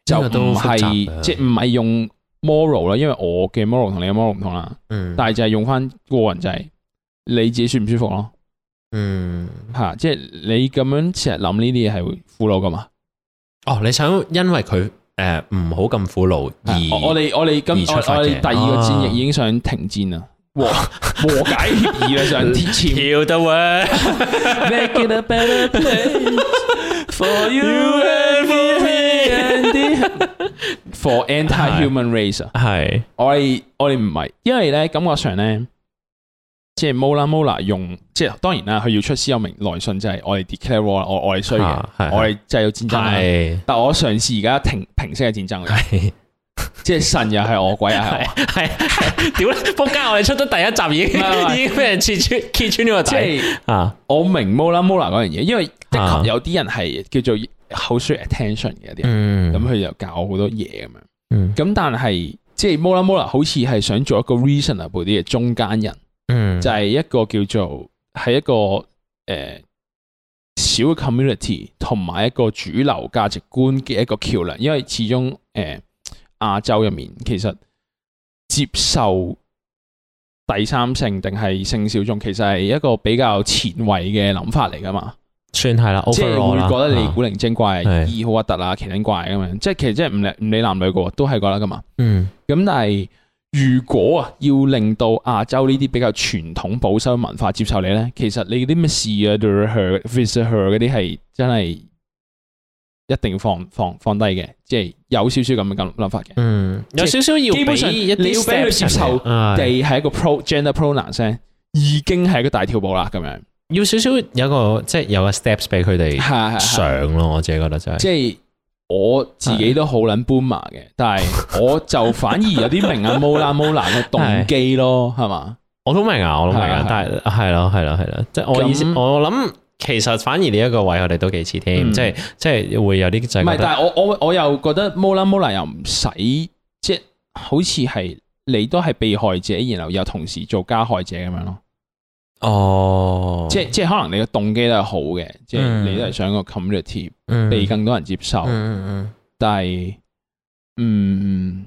S2: 就
S1: 個都
S2: 唔
S1: 複雜
S2: 係
S1: 啊
S2: 即係唔係用 moral 啦，因為我嘅 moral 同你嘅 moral 唔同啦，
S1: 嗯，
S2: 但係就係用翻個人就係、你自己舒唔舒服咯
S1: 嗯，
S2: 吓、即係你咁樣成日諗呢啲嘢係會苦惱噶嘛？
S1: 哦，你想因為佢誒唔好咁苦惱
S2: 啊
S1: 而
S2: 我我哋我哋咁
S1: 而出
S2: 我
S1: 發嘅
S2: 我哋第二個戰
S1: 啊
S2: 役已經想停戰啦，和和解協議啦，想簽 (laughs)
S1: 跳得喎
S2: Make it a better place for you and for me and the for anti-human race 啊！
S1: 係
S2: 我哋我哋唔係，因為咧感覺上咧，即係 Mola Mola 用，即係當然啦，佢要出師有名內信，就係我哋 declare war 啦，我我哋衰嘅，
S1: 啊係
S2: 我哋製造戰爭啦。
S1: 係
S2: 但我嘗試而家停平息嘅戰爭啦，
S1: 係
S2: 即係神又係我，鬼又係我。
S1: 係係屌啦！仆街！我哋出咗第一集已經
S2: 唔係唔係
S1: 已經俾人揭穿揭穿呢個
S2: 即
S1: 底
S2: 係
S1: 啊！
S2: 我明 Mola Mola 嗰樣嘢，因為的
S1: 啊
S2: 確有啲人係叫做好需要 attention 嘅一啲
S1: 嗯
S2: 人，咁佢就教好多嘢咁樣。
S1: 嗯
S2: 咁但係即係 Mola Mola 好似係想做一個 reasonable 啲嘅中間人，
S1: 嗯
S2: 就係一個叫做係一個誒、呃小嘅 community 同埋一個主流價值觀嘅一個橋梁，因為始終誒、呃、亞洲入面其實接受第三性定係性小眾，其實係一個比較前衞嘅諗法嚟噶嘛，
S1: 算係啦
S2: 即係
S1: ，overall
S2: 會
S1: 啦，
S2: 覺得你
S1: 哦啊
S2: 古靈精怪、
S1: 係
S2: 二好核突啊、奇撚怪咁樣，即係其實即係唔理唔理男女嘅喎，都係覺得噶啊嘛。
S1: 嗯
S2: 咁但係如果啊要令到亞洲呢啲比較傳統保守文化接受你咧，其實你啲咩事啊、do her、visit her 嗰啲係真係一定要放放放低嘅，即係有少少咁嘅諗諗法嘅。
S1: 嗯，有
S2: 即
S1: 少少要
S2: 基本上
S1: 俾一啲
S2: 你要俾佢
S1: steps
S2: 接受
S1: 人啊
S2: 地係一個 pro gender pronoun 聲，已經係一個大跳步啦，咁樣
S1: 要少少有一個即係有個 steps 俾佢哋
S2: 係係係，
S1: 上咯，我自己覺得就係
S2: 即係我自己都好撚 boomer 嘅，但係我就反而有啲明阿 Mola Mola 嘅動機咯，係嘛？
S1: 我都明啊，我都明啊
S2: 係，
S1: 但係係咯係咯係咯，即係我意思，
S2: 咁
S1: 我諗其實反而呢一個位我哋都幾似添，
S2: 嗯
S1: 即係即係會有啲就
S2: 唔
S1: 係
S2: 係，
S1: 覺
S2: 但
S1: 得
S2: 係我我我又覺得 Mola Mola 又唔使，即係好似係你都係被害者，然後又同時做加害者咁樣咯。
S1: 哦，
S2: 即係即係可能你嘅動機都係好嘅，即係
S1: 嗯
S2: 你都係想個 community
S1: 係
S2: 被更多人接受。
S1: 嗯
S2: 但係，嗯，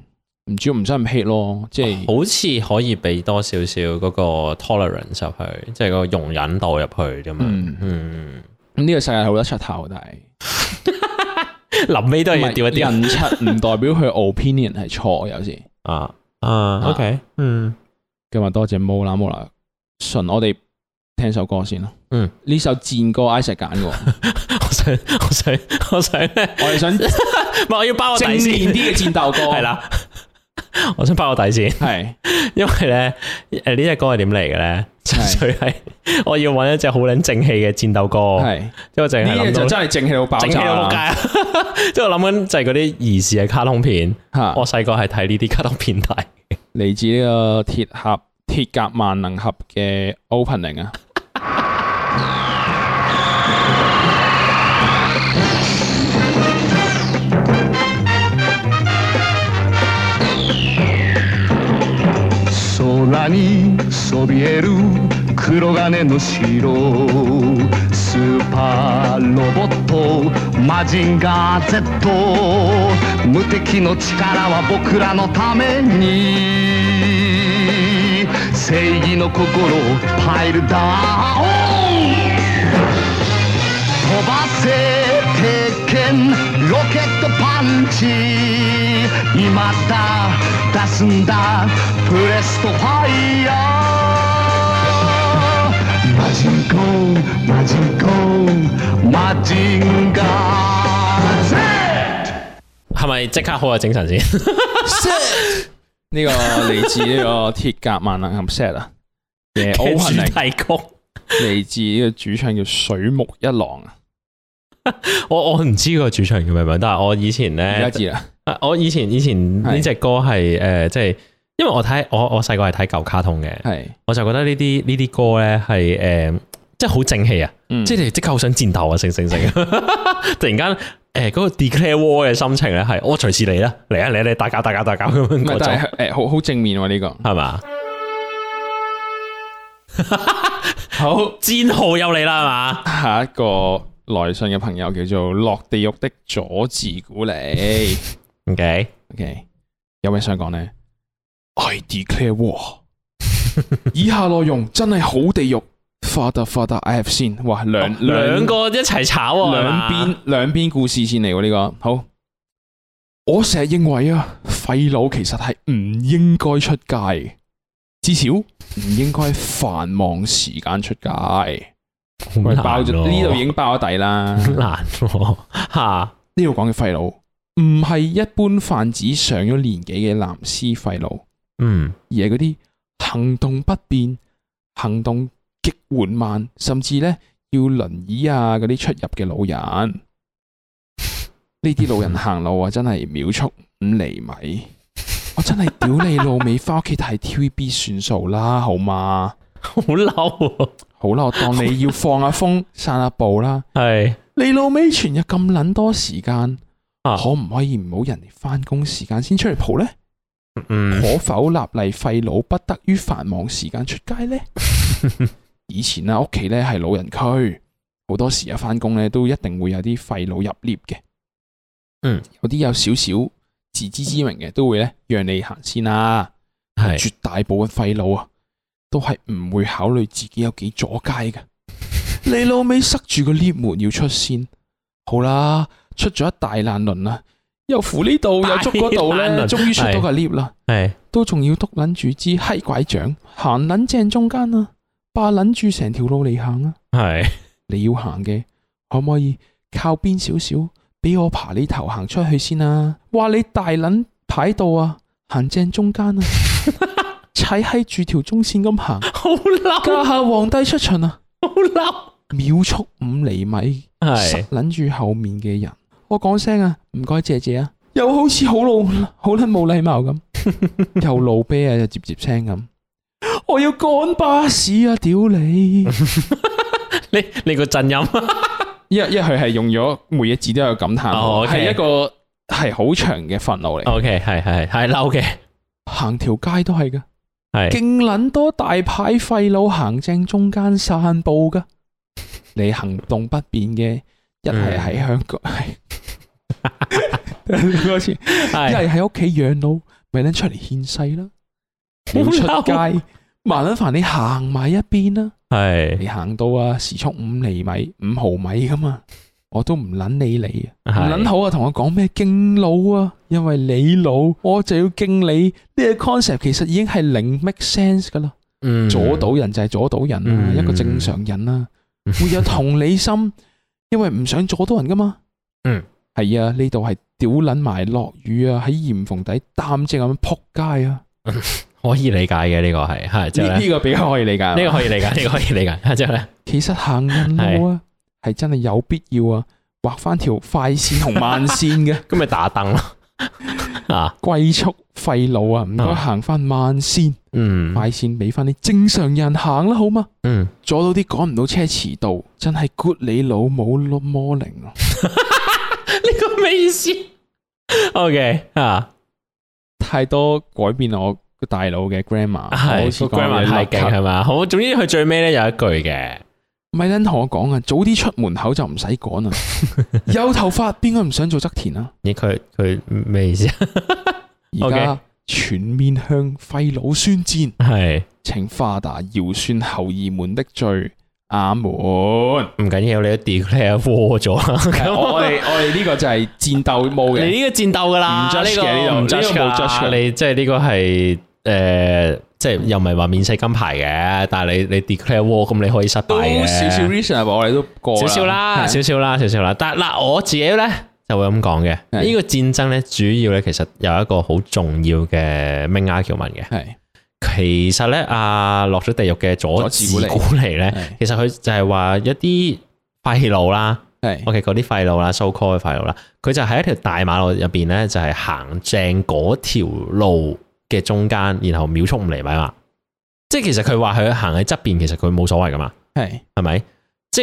S2: 唔知唔使咁 hit 咯，即
S1: 嗯嗯，
S2: 係
S1: 好似可以俾多少少嗰個 tolerance 入去，即係個容忍度入去咁樣。
S2: 嗯
S1: 嗯，
S2: 咁呢個世界好多出頭，但係
S1: 臨尾都係要調一
S2: 唔係
S1: 調
S2: 人出唔代表佢 opinion 係錯，有時
S1: 啊啊，OK，嗯
S2: (laughs) 咁啊，多謝 Mola Mola，順我哋聽首歌先咯。
S1: 嗯，
S2: 呢首戰歌 Isaac 揀嘅
S1: (laughs)
S2: 喎，
S1: 我想我想我想咧，
S2: 我哋想正
S1: 唔係我要包我底
S2: 面
S1: 先，
S2: 啲嘅戰鬥歌
S1: (laughs) 係，啦，我想包我底先。
S2: 係
S1: 因為咧，誒呢只歌係點嚟嘅咧？純粹係我要揾一隻好撚正氣嘅戰鬥歌，
S2: 係呢
S1: 哦即係我淨係
S2: 嘢
S1: 諗到
S2: 就真係正氣到爆
S1: 正氣
S2: 炸
S1: 到仆街 (laughs)
S2: 啦
S1: 啊！即係我諗緊就係嗰啲兒時嘅卡通片，
S2: 嚇
S1: 我細個係睇呢啲卡通片睇。
S2: 嚟自呢個鐵俠鐵甲萬能俠嘅 opening 啊！
S3: 空にそびえる黒金の城スーパーロボットマジンガー Z 無敵の力は僕らのために正義の心をパイルダウン飛ばせ鉄拳ロケットパンチ今だ出すんだプレストファイヤーマジンコーマジンコーマジンガー Z
S1: 係咪即刻好有精神先？
S2: 呢個嚟自呢個鐵甲萬能俠 set 啊嘅
S1: 嘅主
S2: opening，
S1: 題曲，
S2: 嚟自呢個主唱叫水木一郎啊，
S1: 我我唔知個主唱叫咩名，但係我以前
S2: 嗯而家
S1: 咧，
S2: 知啦，
S1: 啊我以前以前呢只歌係誒，即係因為我睇我我細個係睇舊卡通嘅，
S2: 係，
S1: 我就覺得呢啲呢啲歌咧係誒，即係好正氣啊！
S2: 嗯
S1: 即係你即刻好想戰鬥啊！成成成， (laughs) 突然間誒嗰個 declare war 嘅心情咧係哦我隨時嚟啦，嚟啊嚟啊嚟打交打交打交咁樣
S2: 唔係
S1: 嗰
S2: 啊
S1: 種
S2: 但係誒好好正面喎呢個，
S1: 係嘛？
S2: (laughs) 好
S1: 戰號又嚟啦係嘛？
S2: 下一個來信嘅朋友叫做落地獄的佐治古里
S1: OK，
S2: ，OK，有咩想講呢 i declare war，以下內容真係好地獄，father father I have seen，哇兩
S1: 哦兩個一齊炒喎，係嘛
S2: 兩邊兩邊故事線嚟喎呢個。好，我成日認為啊，廢佬其實係唔應該出街嘅，至少唔應該繁忙時間出街。喂，
S1: 好
S2: 爆咗
S1: 難喎
S2: 呢度已經爆咗底啦。
S1: 好難喎 (laughs) 嚇，
S2: 呢度講嘅廢佬唔係一般泛指上咗年紀嘅藍絲廢佬，
S1: 嗯
S2: 而係嗰啲行動不便、行動極緩慢，甚至咧要輪椅啊嗰啲出入嘅老人。呢啲老人行路啊，真係秒速五厘米。我真係屌你老味，翻屋企睇 TVB 算數啦，好嘛？
S1: 好嬲喎，
S2: 好啦，我當你要放下風、散下步啦。
S1: 係
S2: 你老味全日咁撚多時間，
S1: 啊
S2: 可唔可以唔好人哋翻工時間先出嚟蒲呢？
S1: 嗯
S2: 可否立例廢老不得於繁忙時間出街呢？以前啊，屋企咧係老人區，好多時啊翻工咧都一定會有啲廢老入 lift 嘅。
S1: 嗯，
S2: 有啲有少少自知之明嘅，都會咧讓你行先啦。同
S1: (laughs)
S2: 埋
S1: 係
S2: 絕大部分廢佬啊，都係唔會考慮自己有幾阻街
S1: (laughs)
S2: 嘅。你老尾塞住個 lift 門要出先，好啦，出咗一大爛輪啦，又扶呢度又捉嗰度
S1: 大爛
S2: 咧，
S1: 輪
S2: 終於出到個 lift 啦，
S1: 系
S2: 都仲要督撚住支閪拐杖，行撚正中間啊，霸撚住成條路嚟行啊！
S1: 系
S2: 你要行嘅，可唔可以靠邊少少，俾我爬你頭行出去先啊？話你大撚排到啊，行正中
S1: (laughs)
S2: 間啊，踩喺住條中線咁行，
S1: 好嬲，
S2: 家下皇帝出巡啊，秒速五厘米，
S1: 好嬲，
S2: 塞
S1: 系
S2: 撚住後面嘅人。我講聲啊，唔該謝謝啊，又好似好老好撚冇禮 (laughs) 貌咁，又老啤啊，又接接聲咁。我要趕巴士啊！屌 (laughs) 你！
S1: 你你个震音，
S2: 因為因為佢係用咗每一字都有感嘆號，
S1: 哦
S2: 係、
S1: ，OK
S2: 一個係好長嘅憤怒嚟。
S1: OK，系系系嬲嘅，
S2: 哦行條街都係噶，
S1: 系
S2: 勁撚多大牌廢佬行正中間散步噶。你行動不便嘅，一係喺香港， (laughs) 係多次，一
S1: 系
S2: 係喺屋企養老，咪撚出嚟獻世啦。你要出
S1: 好嬲
S2: 街，麻撚煩你行埋一邊啦。
S1: 系
S2: 你行到啊時速五厘米、五毫米噶嘛，我都唔撚理你啊，唔
S1: 係
S2: 撚好啊，同我講咩敬老啊，因為你老，我就要敬你。呢、個 concept 其實已經係零 make sense 噶啦，
S1: 嗯
S2: 阻到人就係阻到人啊，
S1: 嗯
S2: 一個正常人啊，會有同理心，因為唔想阻到人噶嘛。
S1: 嗯，
S2: 係啊，呢度係屌撚埋落雨啊，喺鹽縫底擔正咁樣撲街啊，
S1: 可以理解嘅呢個係，係之後
S2: 呢
S1: 咧
S2: 呢個比較可以理解啊。
S1: 呢個可以理解，呢個可以理解，之後咧
S2: 其實行人路啊，係真係有必要啊，畫翻條快線同慢線
S1: (laughs)
S2: 嘅
S1: 咁咪打燈咯，啊
S2: 龜速廢路啊，唔該
S1: 啊
S2: 行翻慢線，
S1: 嗯
S2: 快線俾翻啲正常人行啦，好嘛？
S1: 嗯
S2: 阻到啲趕唔到車遲到，真係 good 你老母咯 morning 啊！
S1: 呢個咩意思？OK à, 啊
S2: 太多改變我個大腦嘅 grammar，我好似
S1: 係個 grammar 太勁
S2: 係
S1: 係嘛？好，總之佢最尾咧有一句嘅，
S2: 咪撚同我講啊，早啲出門口就唔使趕啊！
S1: (laughs)
S2: 有頭髮邊個唔想做側田啊？
S1: 咦佢佢咩意思？
S2: 而家全面向廢老宣戰。
S1: 係
S2: 請花打搖算後二門的罪。
S1: (laughs)
S2: 阿門，我
S1: 唔緊要，你都屌你啊窩咗啦，
S2: 哋我哋呢個就係戰鬥模
S1: 你
S2: 嘅，
S1: 呢個戰鬥噶啦，
S2: 唔 judge
S1: 呢個
S2: 嘅呢度
S1: 唔 judge
S2: 呢個冇
S1: 㗎
S2: judge 嘅
S1: 你即係呢個係誒，即係又唔係話免死金牌嘅，但係你你 declare war 咁你可以失敗
S2: 都
S1: 嘅，
S2: 少少 reason 我哋都過
S1: 少少啦，
S2: 啊
S1: 少
S2: 係
S1: 少啦，少少啦。但嗱，我自己咧就會咁講嘅。
S2: 係
S1: 呢個戰爭咧，主要咧其實有一個好重要嘅明亞喬文嘅。
S2: 係
S1: 其實咧，阿落咗地獄嘅佐治
S2: 佐治古
S1: 古尼咧
S2: 係，
S1: 其實佢就係話一啲廢路啦
S2: 係
S1: ，OK 嗰啲廢路啦，so call 嘅廢路啦，佢就喺一條大馬路入邊咧，就係行正嗰條路嘅中間，然後秒速五厘米嘛。即係其實佢話佢行喺側邊，其實佢冇所謂噶嘛。
S2: 係
S1: 係咪？即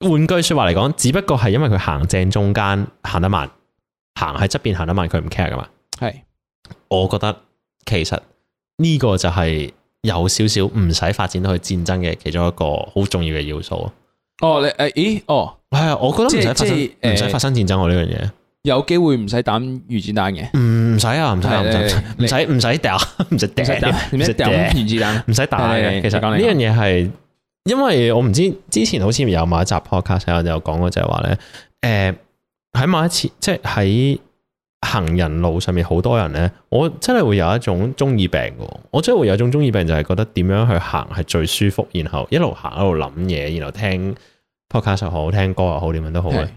S1: 係換句说話嚟講，只不過係因為佢行正中間行得慢，行喺側邊行得慢，佢唔 care 噶嘛。
S2: 係
S1: 我覺得其實呢個就係有少少唔使發展到去戰爭嘅其中一個好重要嘅要素。
S2: 哦你誒咦哦
S1: 係啊，我覺得唔使發
S2: 即係即係
S1: 生唔使
S2: 誒
S1: 發生戰爭我呢樣嘢。
S2: 有機會唔使打魚子彈嘅，
S1: 唔使啊，唔使啊，唔使
S2: 係你
S1: 唔使唔使掉， (laughs) 唔使
S2: 唔使打
S1: 掉，
S2: 唔
S1: 唔
S2: 使
S1: 使
S2: 掉
S1: 掉，
S2: 魚子彈，
S1: 唔
S2: (laughs)
S1: 使打
S2: 係係
S1: 嘅。
S2: 係
S1: 其實
S2: 你講
S1: 呢
S2: 你講
S1: 樣嘢係，因為我唔知之前好似有某一集 podcast 有有講過就係話咧，誒、喺某一次即係喺行人路上面好多人咧，我真係會有一種中二病嘅喎，我真係會有一種中二病就係覺得點樣去行係最舒服，然後一路行一路諗嘢，然後聽 podcast 又好，聽歌又好，點樣都好啊咧
S2: 係。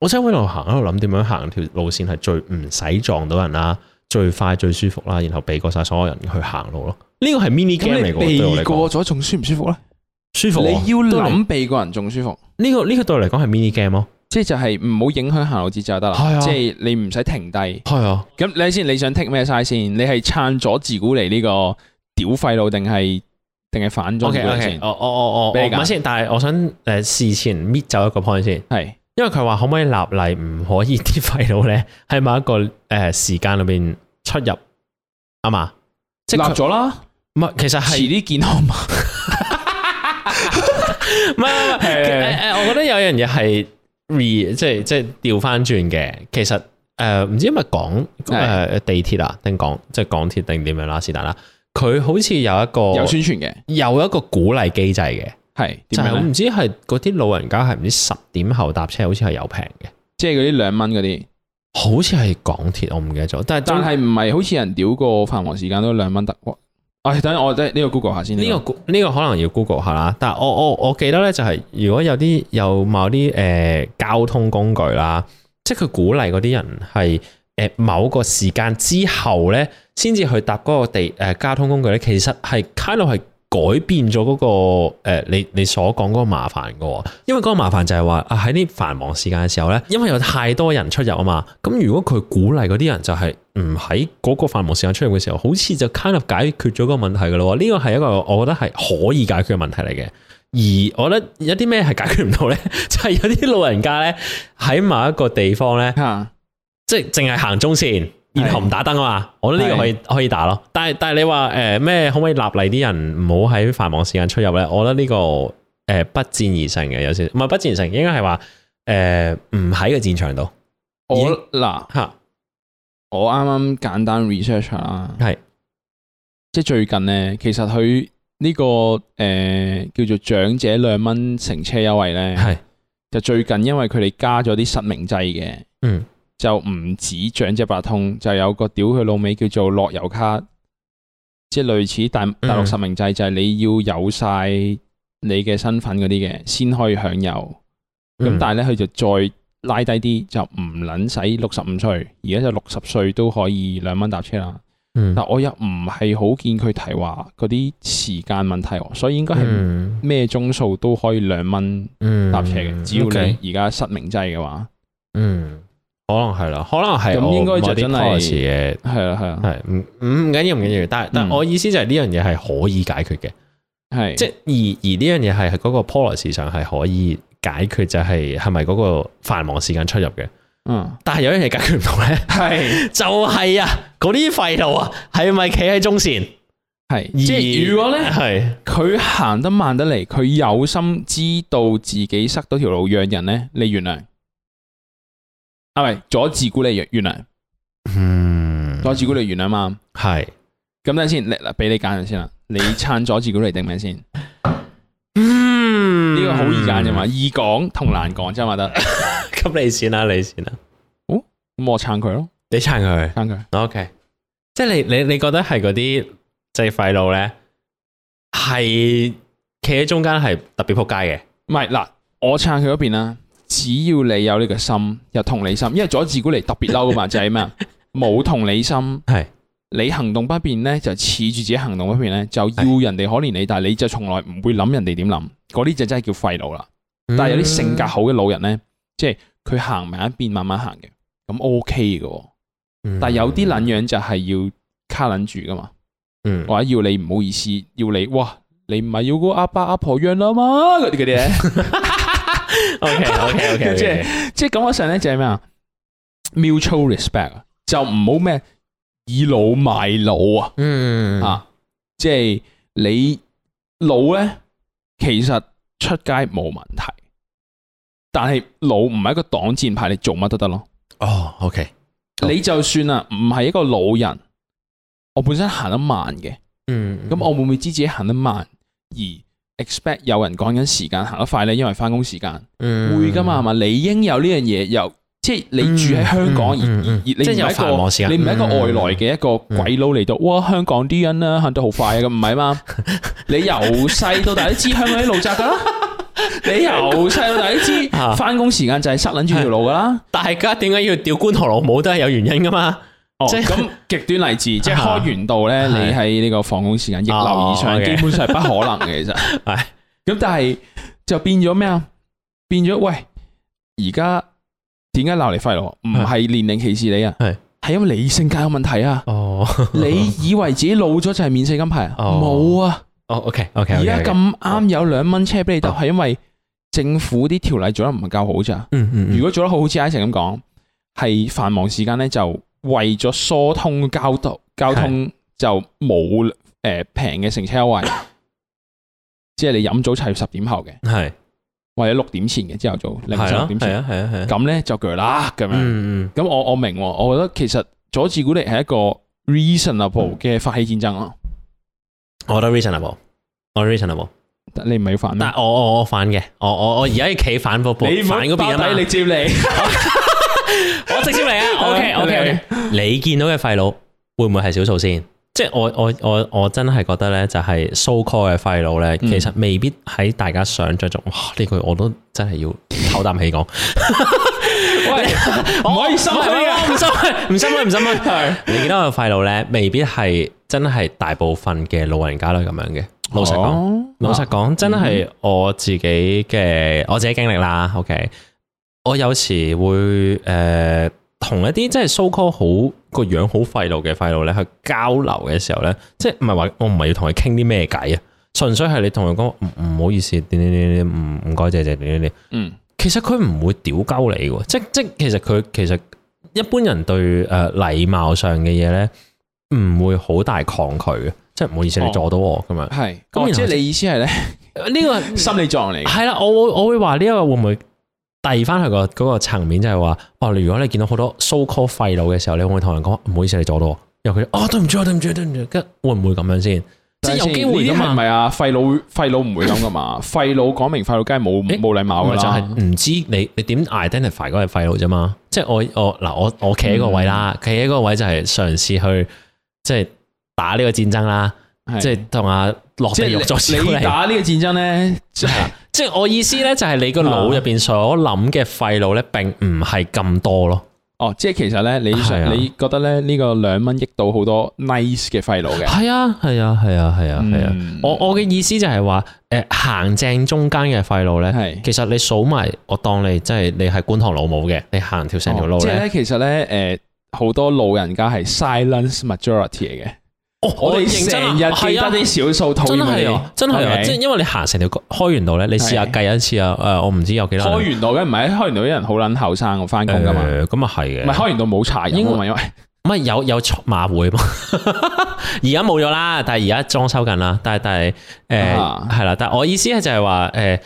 S1: 我真係會一路行一路諗點樣行條路線係最唔使撞到人啦，最快最舒服啦，然後避過晒所有人去行路咯。呢個係 mini
S2: 咁
S1: game 嚟
S2: 你
S1: 嘅喎，對我嚟
S2: 避
S1: 講
S2: 過咗仲舒唔舒服咧？
S1: 舒服
S2: 你
S1: 喎。
S2: 要
S1: 都嚟
S2: 諗避過人仲舒服，
S1: 呢個呢個對我嚟講係 mini game 咯。
S2: 即係就係唔好影響行路節奏就得啦
S1: 係，啊
S2: 即係你唔使停低。
S1: 係啊，
S2: 咁你先，你想剔咩 size 先？你係撐咗自古嚟呢個屌廢路，定係定係反咗
S1: O
S2: 自
S1: K
S2: 古
S1: O
S2: 嚟
S1: K，
S2: 先？
S1: 哦哦哦哦，
S2: 俾你
S1: 唔
S2: 揀
S1: 係先，但係我想誒事前搣走一個 point 先，
S2: 係
S1: 因為佢話可唔可以立例唔可以啲廢佬咧喺某一個誒時間裏邊出入啊嘛？即
S2: 立
S1: 係佢
S2: 咗啦，
S1: 唔係其實
S2: 遲
S1: 係
S2: 啲健康嘛。
S1: 唔係唔係唔係誒誒，我覺得有樣嘢係 re 即係即係調翻轉嘅，其實。誒唔、知因為港誒、
S2: 係
S1: 地鐵啊，定港即係港鐵定點樣啦，是但啦。佢好似有一
S2: 有
S1: 個
S2: 宣傳嘅，
S1: 有一個鼓勵機制嘅，
S2: 係
S1: 就係
S2: 點
S1: 我
S2: 樣咧？
S1: 唔知係嗰啲老人家係唔知十點後搭車，好似係有平嘅，
S2: 即係嗰啲兩蚊嗰啲，
S1: 好似係港鐵，我唔記得咗。但係
S2: 但係唔係好似人屌個繁忙時間都兩蚊得喎？唉，等陣我即係呢個 Google 下先。
S1: 呢個估呢個可能要 Google 下啦，但係我我我記得咧就係、如果有啲有某啲誒、呃交通工具啦，即係佢鼓勵嗰啲人係誒、呃某個時間之後咧，先至去搭嗰個地誒、呃交通工具咧，其實係 kind of 係改變咗嗰、個、呃、你你所講嗰個呃麻煩嘅喎，因為嗰個麻煩就係話啊喺啲繁忙時間嘅時候咧，因為有太多人出入啊嘛，咁如果佢鼓勵嗰啲人就係唔喺嗰個繁忙時間出入嘅時候，好似就 kind of 解決咗個問題嘅咯喎，呢個係一個我覺得係可以解決嘅問題嚟嘅。而我覺得有啲咩係解決唔到咧，就係有啲老人家咧喺某一個地方咧。
S2: 嚇
S1: 即係淨係行中線，然後唔打燈啊嘛。我覺得呢個可以可以打咯。但係但係你話誒咩可唔可以立例啲人唔好喺繁忙時間出入咧？我覺得呢、個誒、呃不戰而勝嘅有少少，唔係不戰而勝，應該係話誒唔喺個戰場度
S2: 我嗱，
S1: 嚇
S2: 我啱啱簡單 research 下啦，
S1: 係
S2: 即係最近咧，其實佢呢、個誒、呃叫做長者兩蚊乘車優惠咧，
S1: 係
S2: 就最近因為佢哋加咗啲實名制嘅，
S1: 嗯
S2: 就唔止長者八通，就有個屌佢老味叫做樂悠卡，即係類似
S1: 嗯
S2: 大大陸實名制，就係你要有晒你嘅身份嗰啲嘅，先可以享有。咁
S1: 嗯
S2: 但係咧，佢就再拉低啲，就唔撚使六十五歲，而家就六十歲都可以兩蚊搭車啦。
S1: 嗯
S2: 但我又唔係好見佢提話嗰啲時間問題喎，所以應該係
S1: 嗯
S2: 咩鐘數都可以兩蚊
S1: 嗯
S2: 搭車嘅，只要
S1: OK，
S2: 你而家實名制嘅話，
S1: 嗯可能係啦，可能係
S2: 咁應該就真係
S1: 係嘅。
S2: 係啦係啦，
S1: 係唔啊唔唔緊要唔緊要，但係但
S2: 嗯
S1: 係我意思就係呢樣嘢係可以解決嘅，
S2: 係
S1: 即
S2: 即
S1: 係而而呢樣嘢係係嗰個 policy 上係可以解決，就係係咪嗰個繁忙時間出入嘅？
S2: 嗯
S1: 但係有樣嘢解決唔到咧，(laughs)
S2: 係
S1: 就係啊嗰啲廢路啊，係咪企喺中線？
S2: 係，
S1: 而
S2: 即係如果咧
S1: 係
S2: 佢行得慢得嚟，佢有心知道自己塞到條路讓人咧，你原諒啊，咪阻自古你原原諒，
S1: 嗯
S2: 阻自古你原諒嘛。
S1: 係
S2: 咁等陣先，你嗱俾你
S1: (laughs)
S2: 揀先啦，你撐阻自古你定咩先？呢
S1: 嗯
S2: 個好易揀啫 (laughs) 嘛，，易講同難講啫嘛得。
S1: 咁你先啦，你先啦，
S2: 咁我撐佢咯，
S1: 你撐佢
S2: 撐佢。
S1: ，OK，即係你你你覺得係嗰啲即係廢路咧，係企喺中間係特別撲街嘅。
S2: 唔係嗱，我撐佢嗰邊啦。只要你有呢個心，有同理心，因為佐治古尼特別嬲噶嘛，
S1: (laughs)
S2: 就係咩啊？冇同理心，
S1: 係
S2: 你行動不便咧，就恃住自己行動不便咧，就要人哋可憐你，但係你就從來唔會諗人哋點諗，嗰啲就真係叫廢老啦。
S1: 嗯
S2: 但係有啲性格好嘅老人咧，即係佢行埋一邊慢慢行嘅，咁 OK 嘅喎。
S1: 嗯，
S2: 但係有啲撚樣就係要卡撚住噶嘛，
S1: 嗯，
S2: 或者要你唔好意思，要你哇，你唔係要個阿伯阿婆養啦嘛，嗰啲嗰
S1: (laughs)
S2: 啲咧。
S1: OK OK (laughs) OK，
S2: 即係即係感覺上咧就係咩啊？mutual respect 啊就唔好咩以老賣老啊！
S1: 嗯
S2: 啊，即係你老咧，其實出街冇問題，但係老唔係一個擋箭牌，你做乜都得咯。
S1: 哦，OK，好
S2: 你就算啊，唔係一個老人，我本身行得慢嘅，
S1: 嗯
S2: 咁我會唔會知自己行得慢而 expect 有人趕緊時間行得快咧？因為翻工時間。
S1: 嗯
S2: 會噶嘛，係嘛？理應有呢樣嘢，又即係你住喺香港，而
S1: 嗯嗯嗯
S2: 而而你唔
S1: 即係有繁忙時
S2: 係一
S1: 間嗯
S2: 個你唔係一個外來嘅一個鬼佬嚟到，哇！香港啲人啦行得好快啊，咁唔係嘛？
S1: 嗯
S2: 你由細到大都知香港啲路窄噶
S1: (laughs)
S2: 啦，你由細到大都知
S1: 啊
S2: 翻工時間就係塞撚住條路噶啦。
S1: 大家點解要吊棺材老母都係有原因噶嘛？
S2: 哦，
S1: 即係 (laughs)
S2: 咁極端例子，即係開完道咧，
S1: 啊
S2: 你喺呢個放工時間逆流而
S1: 哦
S2: 上，
S1: ，OK
S2: 基本上係不可能嘅，其實
S1: (laughs) 係
S2: 咁，但係就變咗咩啊？變咗喂，而家點解鬧你廢咯？唔係年齡歧視你啊，
S1: 係
S2: 係因為你性格有問
S1: (laughs)
S2: 題啊！
S1: 哦，
S2: 你以為自己老咗就係免死金牌啊？
S1: 哦
S2: 冇啊！
S1: 哦，OK OK，
S2: 而家咁啱有兩蚊車俾你搭，
S1: 哦
S2: 係因為政府啲條例做得唔夠好咋。
S1: 嗯嗯，
S2: 如果做得好，好似 I 成咁講，係繁忙時間咧，就為咗疏通交通，交通就冇誒平嘅乘車優惠，即係你飲早茶要十點後嘅，
S1: 果係
S2: 或者六點前嘅朝頭早凌晨
S1: 係
S2: 六
S1: 啊
S2: 點
S1: 係
S2: 前，
S1: 啊係啊係啊，
S2: 咁咧就鋸啦咁樣。
S1: 嗯嗯
S2: 咁我我
S1: 嗯
S2: 明喎，我覺得其實佐治古力係一個 reasonable 嘅發起戰爭咯，啊
S1: 我覺得 reasonable，我覺得 reasonable。
S2: 但你唔係要反咩
S1: 但？我我我反嘅，我我我而家要企反嗰邊，
S2: 你唔好
S1: 反嗰邊啊
S2: 包底
S1: 嘛
S2: 你。接你，
S1: 我直接嚟 (laughs) 啊！OK OK OK。你見到嘅廢佬會唔會係少數先？即係我我我我真係覺得咧，就係 so call 嘅廢佬咧，其實未必喺大家想象中。哇！呢句我都真係要唞啖氣講。哦
S2: 喂，唔可以心虛嘅，
S1: 唔心虛，啊唔心虛，唔心虛。
S2: 係
S1: (laughs) 你見到嘅廢佬咧，未必係真係大部分嘅老人家都係咁樣嘅。老實講。
S2: 講
S1: 老實講，真係我自己嘅我自己經歷啦。OK，我有時會誒、呃同一啲即係 so call 好個樣好廢路嘅廢路咧，去交流嘅時候咧，即係唔係話我唔係要同佢傾啲咩偈啊，純粹係你同佢講唔唔好意思，點點點點，唔唔該謝謝點點點。
S2: 嗯，
S1: 其實佢唔會屌鳩你喎，即即其實佢其實一般人對誒、呃、禮貌上嘅嘢咧，唔會好大抗拒嘅，即係唔好意思你
S2: 哦
S1: 阻到我咁樣。呢
S2: 係，哦
S1: 咁
S2: 咁即
S1: 然後嗯
S2: 係你意思係咧，
S1: 個
S2: 心理狀嚟嘅，
S1: 系啦，我會我會話呢一個會唔會遞翻去個嗰個層面，就係話，哦，如果你見到好多 so call 廢佬嘅時候，你會唔會同人講唔好意思，你阻到我？然後佢哦，對唔住啊，對唔住啊，對唔住啊，跟會唔會咁樣先？即係有機會
S2: 呢
S1: 噶
S2: 啲係唔
S1: 嘛？
S2: 係啊？廢佬廢佬唔會咁
S1: (laughs)
S2: 噶嘛？廢佬講明廢佬，梗係冇
S1: 誒
S2: 冇禮貌
S1: 唔
S2: 噶
S1: 係就係
S2: 啦。
S1: 唔知你你點 identify 嗰個係廢佬啫嘛？即係我我嗱我我企喺個位啦，
S2: 嗯
S1: 企喺個位就係嘗試去即係打呢個戰爭啦，
S2: 係
S1: 即係同阿落
S2: 即
S1: 地獄作
S2: 係你
S1: 嚟
S2: 你打呢個戰爭咧，即係
S1: 即係我啊意思咧，就係你個腦入邊所諗嘅廢佬咧，並唔係咁多咯。
S2: 哦，即係其實咧，你
S1: 係啊
S2: 想你覺得咧呢個兩蚊益到好多 nice 嘅廢佬嘅，
S1: 係啊，係啊，係啊，係啊，係啊。
S2: 嗯
S1: 我我嘅意思就係話，誒行正中間嘅廢路咧，
S2: 係
S1: 其實你數埋，我當你即係你係觀塘老母嘅，你行條成條路
S2: 哦即係
S1: 咧，
S2: 咧，其實咧，诶，好多老人家係 silence majority 嚟嘅，
S1: 哦
S2: 我哋成日記得啲少數討
S1: 啊真
S2: 厭嘅
S1: 係
S2: 嘢
S1: 啊，真係啊，
S2: OK？
S1: 即係因為你行成條開源路咧，你試下
S2: 係
S1: 計一次啊，誒，我唔知有幾多人
S2: 開完道嘅唔係開完道啲人好撚後生，我翻工噶嘛，
S1: 誒咁啊
S2: 唔
S1: 係
S2: 係
S1: 嘅，
S2: 開完道冇茶飲啊嘛，因為
S1: 唔係有有馬會嘛， (laughs) 而家冇咗啦，但係而家裝修緊啦，但係但係
S2: 啊
S1: 誒係啦，但係我意思咧就係話誒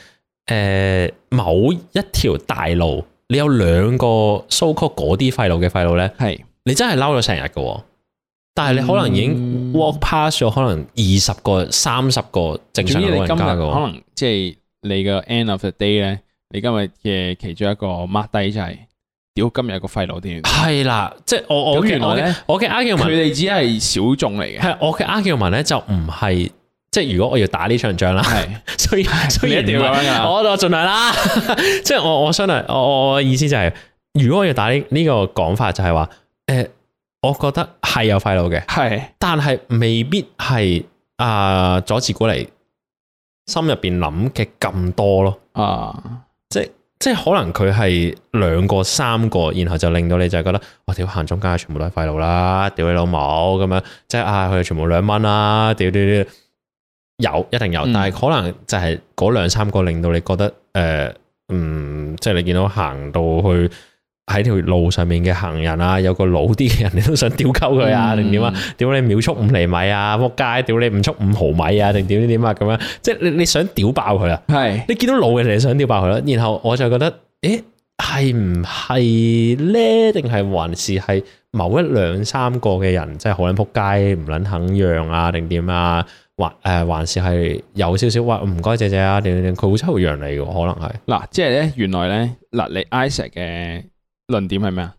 S1: 誒某一條大路，你有兩個 so call 嗰啲廢路嘅廢路咧，
S2: 係
S1: 你真係嬲咗成日嘅喎，但係你可能已經
S2: 嗯
S1: walk past 咗可能二十個、三十個正常
S2: 總之
S1: 嘅
S2: 你
S1: 老
S2: 今
S1: 人
S2: 日
S1: 家嘅
S2: 可
S1: 喎，
S2: 能即係你個 end of the day 咧，你今日嘅其中一個 mark 低就係屌今日有個廢佬點，
S1: 係啦，即係我我
S2: 咁
S1: 嘅
S2: 原來
S1: 我嘅
S2: 咧
S1: 我嘅 argument
S2: (laughs) 佢哋只係小眾嚟嘅，
S1: 係我嘅 argument 咧就唔係即係如果我要打呢場仗啦。
S2: 係
S1: 所以所以
S2: (laughs) 你一定要
S1: 唔係
S2: 咁樣㗎啊
S1: 我我盡量啦。 (laughs) 即係我我相信我我我嘅意思就係、如果我要打呢呢個講法就係話，誒、我覺得係有快樂嘅，
S2: 係
S1: 但係未必係啊、佐治古尼心入邊諗嘅咁多咯。
S2: 啊，
S1: 即係即係可能佢係兩個三個，然後就令到你就係覺得，我屌行中間全部都係廢路啦，屌你老母咁樣，即係啊佢哋全部兩蚊啦，屌屌屌，有一定有，
S2: 嗯
S1: 但係可能就係嗰兩三個令到你覺得誒、呃嗯，即係你見到行到去。喺條路上面嘅行人啊，有個老啲嘅人，你都想屌鳩佢啊，定點啊？屌你秒速五厘米啊，仆街！屌你唔速五毫米啊，定點點點啊咁樣，即係你你想屌爆佢啊！
S2: 係
S1: 你見到老嘅你就想屌爆佢啦，然後我就覺得，咦，係唔係咧？定係還是係某一兩三個嘅人真係好撚仆街，唔撚肯讓啊，定點啊？還誒、呃還是係有少少話唔該姐姐啊，點點點，佢會真係會讓你嘅，可能係
S2: 嗱，即係咧原來咧嗱，你 Isaac 嘅論點係咩啊？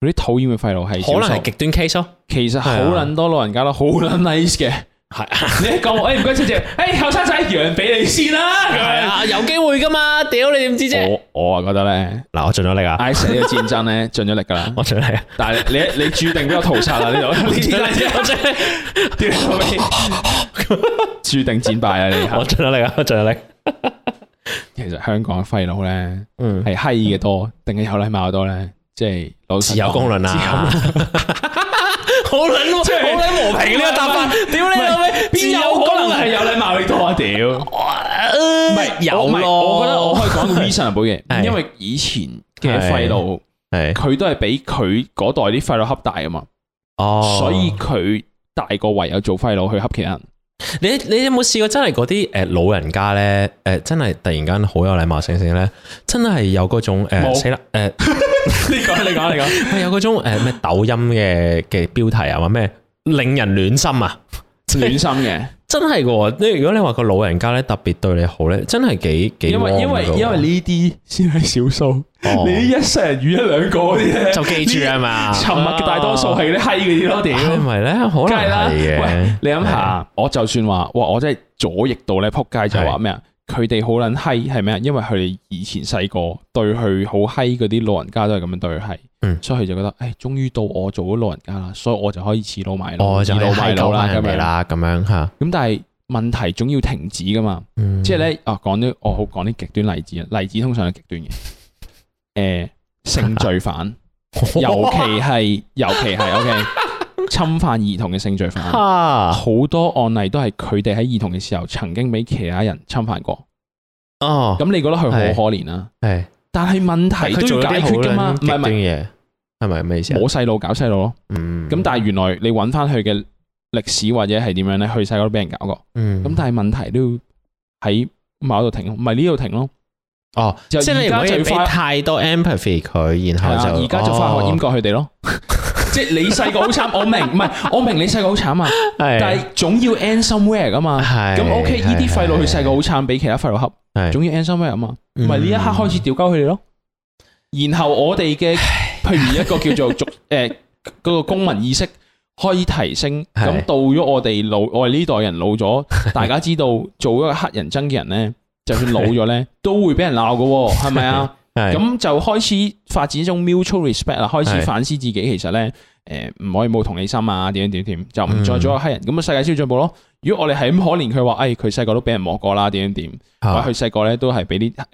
S2: 嗰啲討厭嘅廢佬係
S1: 可
S2: 少數
S1: 能係極端 case 咯，
S2: 其實好
S1: 係啊
S2: 撚多老人家都好 (laughs) 撚 nice 嘅。
S1: 係
S2: 你一講，哎誒唔該姐姐，誒後生仔讓俾你先啦，咁
S1: 係
S2: 樣。
S1: 啊，有機會噶嘛？屌你點知啫？
S2: 我我啊覺得咧
S1: 哦嗱，我盡咗力啊，
S2: ，Ice 呢個戰爭咧盡咗力㗎啦，
S1: (laughs) 我盡力 (laughs) 啊，
S2: 但係你你注定俾我屠殺啦呢
S1: (laughs)
S2: 度，呢
S1: 我盡
S2: 啲
S1: 力啊我盡力啊
S2: 屌你老味 (laughs) 注定戰敗啊你
S1: 我
S2: 下！
S1: 盡咗力啊，我盡咗力。
S2: 其實香港嘅廢佬咧
S1: 嗯，
S2: 係閪嘅多，定係有禮貌嘅多咧？即係老實
S1: 自有
S2: 講
S1: 公論
S2: 自有
S1: 啊！好撚喎，
S2: 係啊
S1: 好撚和平呢個答法，屌你老味，邊
S2: 邊有
S1: 有
S2: 可能
S1: 功
S2: 係
S1: 能？
S2: 有禮貌嘅多啊？屌，
S1: 唔
S2: 唔係我唔係我覺得我可以講個 reasonable
S1: 係
S2: 嘅，因為以前嘅廢佬
S1: 係
S2: 佢都係俾佢嗰代啲廢佬恰大啊嘛，
S1: 哦，
S2: 所以佢大個唯有做廢佬去恰其他人。
S1: 你你有冇試過真係嗰啲誒老人家咧？誒真係突然間好有禮貌性性咧，真係有嗰種誒
S2: 冇
S1: 死啦誒，
S2: 你講你講你講， (laughs)
S1: 咪有嗰種呃誒咩抖音嘅嘅標題啊嘛咩令人暖心啊！
S2: 暖心嘅
S1: 真係噶喎，即係如果你話個老人家咧特別對你好咧，真係幾幾
S2: 因為因為
S1: warm 㗎喎
S2: 因為呢啲先係少數，
S1: 哦
S2: 你呢一世人遇一兩個嗰啲咧，
S1: 就記住係嘛，
S2: 沉默嘅大多數係啲閪嗰啲咯，
S1: (laughs)
S2: 屌！
S1: 係咪咧？可能
S2: 梗係啦，
S1: 係啊
S2: 喂
S1: 嘅，。
S2: 你諗下，我就算話，哇！我真係左翼到咧，撲街就話咩
S1: 嗯
S2: 啊？佢哋好撚閪係咩啊？因為佢哋以前細個對佢好閪嗰啲老人家都係咁樣對佢閪，
S1: 嗯
S2: 所以佢就覺得，誒，終於到我做咗老人家啦，所以我就可以恃老賣老，
S1: 哦我就
S2: 倚
S1: 係
S2: 老
S1: 係
S2: 賣
S1: 救
S2: 老啦
S1: 翻
S2: 咁
S1: 人哋
S2: 樣。
S1: 啦，咁樣嚇。
S2: 咁但係問題總要停止噶嘛，
S1: 嗯
S2: 即係，
S1: (laughs)
S2: 咧，啊，講啲我好講啲極端例子啊，例子通常係極
S1: (laughs)
S2: 端嘅，誒，性罪犯，尤其係尤其係 OK，
S1: (laughs)
S2: 侵犯兒童嘅性罪犯。
S1: 嚇
S2: 好多案例都係佢哋喺兒童嘅時候曾經俾其他人侵犯過，
S1: 哦，
S2: 咁你覺得佢好可憐啦？
S1: 係
S2: 但係問題
S1: 佢
S2: 都
S1: 做
S2: 要
S1: 咗
S2: 解
S1: 啲好
S2: 決噶嘛，
S1: 撚
S2: 唔
S1: 極端
S2: 係唔係
S1: 嘢，係咪咩意思啊？
S2: 冇細路搞細路咯。
S1: 嗯，
S2: 咁但係原來你揾翻佢嘅歷史或者係點樣咧，佢細個都俾人搞過。
S1: 嗯，
S2: 咁但係問題都要喺某度停咯，唔係呢度停咯。
S1: 哦，即
S2: 就
S1: 係你唔
S2: 而家
S1: 可
S2: 就
S1: 以
S2: 要
S1: 俾
S2: 花
S1: 太多 empathy 佢，
S2: 係
S1: 然
S2: 啊
S1: 後就
S2: 而家就翻學閹割佢哋咯。 (laughs) 即係你細個好慘，我明，唔係我明你細個好慘啊，
S1: 但
S2: 但 (laughs) 係總要 end somewhere 噶嘛。
S1: 係
S2: 咁 OK，呢啲廢佬佢細個好
S1: 好，
S2: 慘，俾其他廢佬恰。
S1: 係
S2: 總要 end somewhere 啊嘛，
S1: 嗯
S2: 咪呢一刻開始調鳩佢哋咯。然後我哋 (laughs) 嘅譬如一個叫做族 (laughs) 誒嗰個公民意識開始提升，
S1: 係
S2: 咁到咗我哋老我哋呢代人老咗，大家知道做一個黑人憎嘅人咧，就算老咗 (laughs) 咧，都會俾人鬧嘅喎，係咪啊？
S1: 係
S2: 咁就開始發展一種 mutual respect 啦，開始
S1: 係
S2: 反思自己其實咧，誒唔可以冇同理心啊，點點點點，就唔再
S1: 嗯
S2: 做一個黑人，咁啊世界先會進步咯。如果我哋係咁可憐佢話，誒哎佢細個都俾人摸過啦，點點點，
S1: 嚇
S2: 或者佢細個咧都係俾啲誒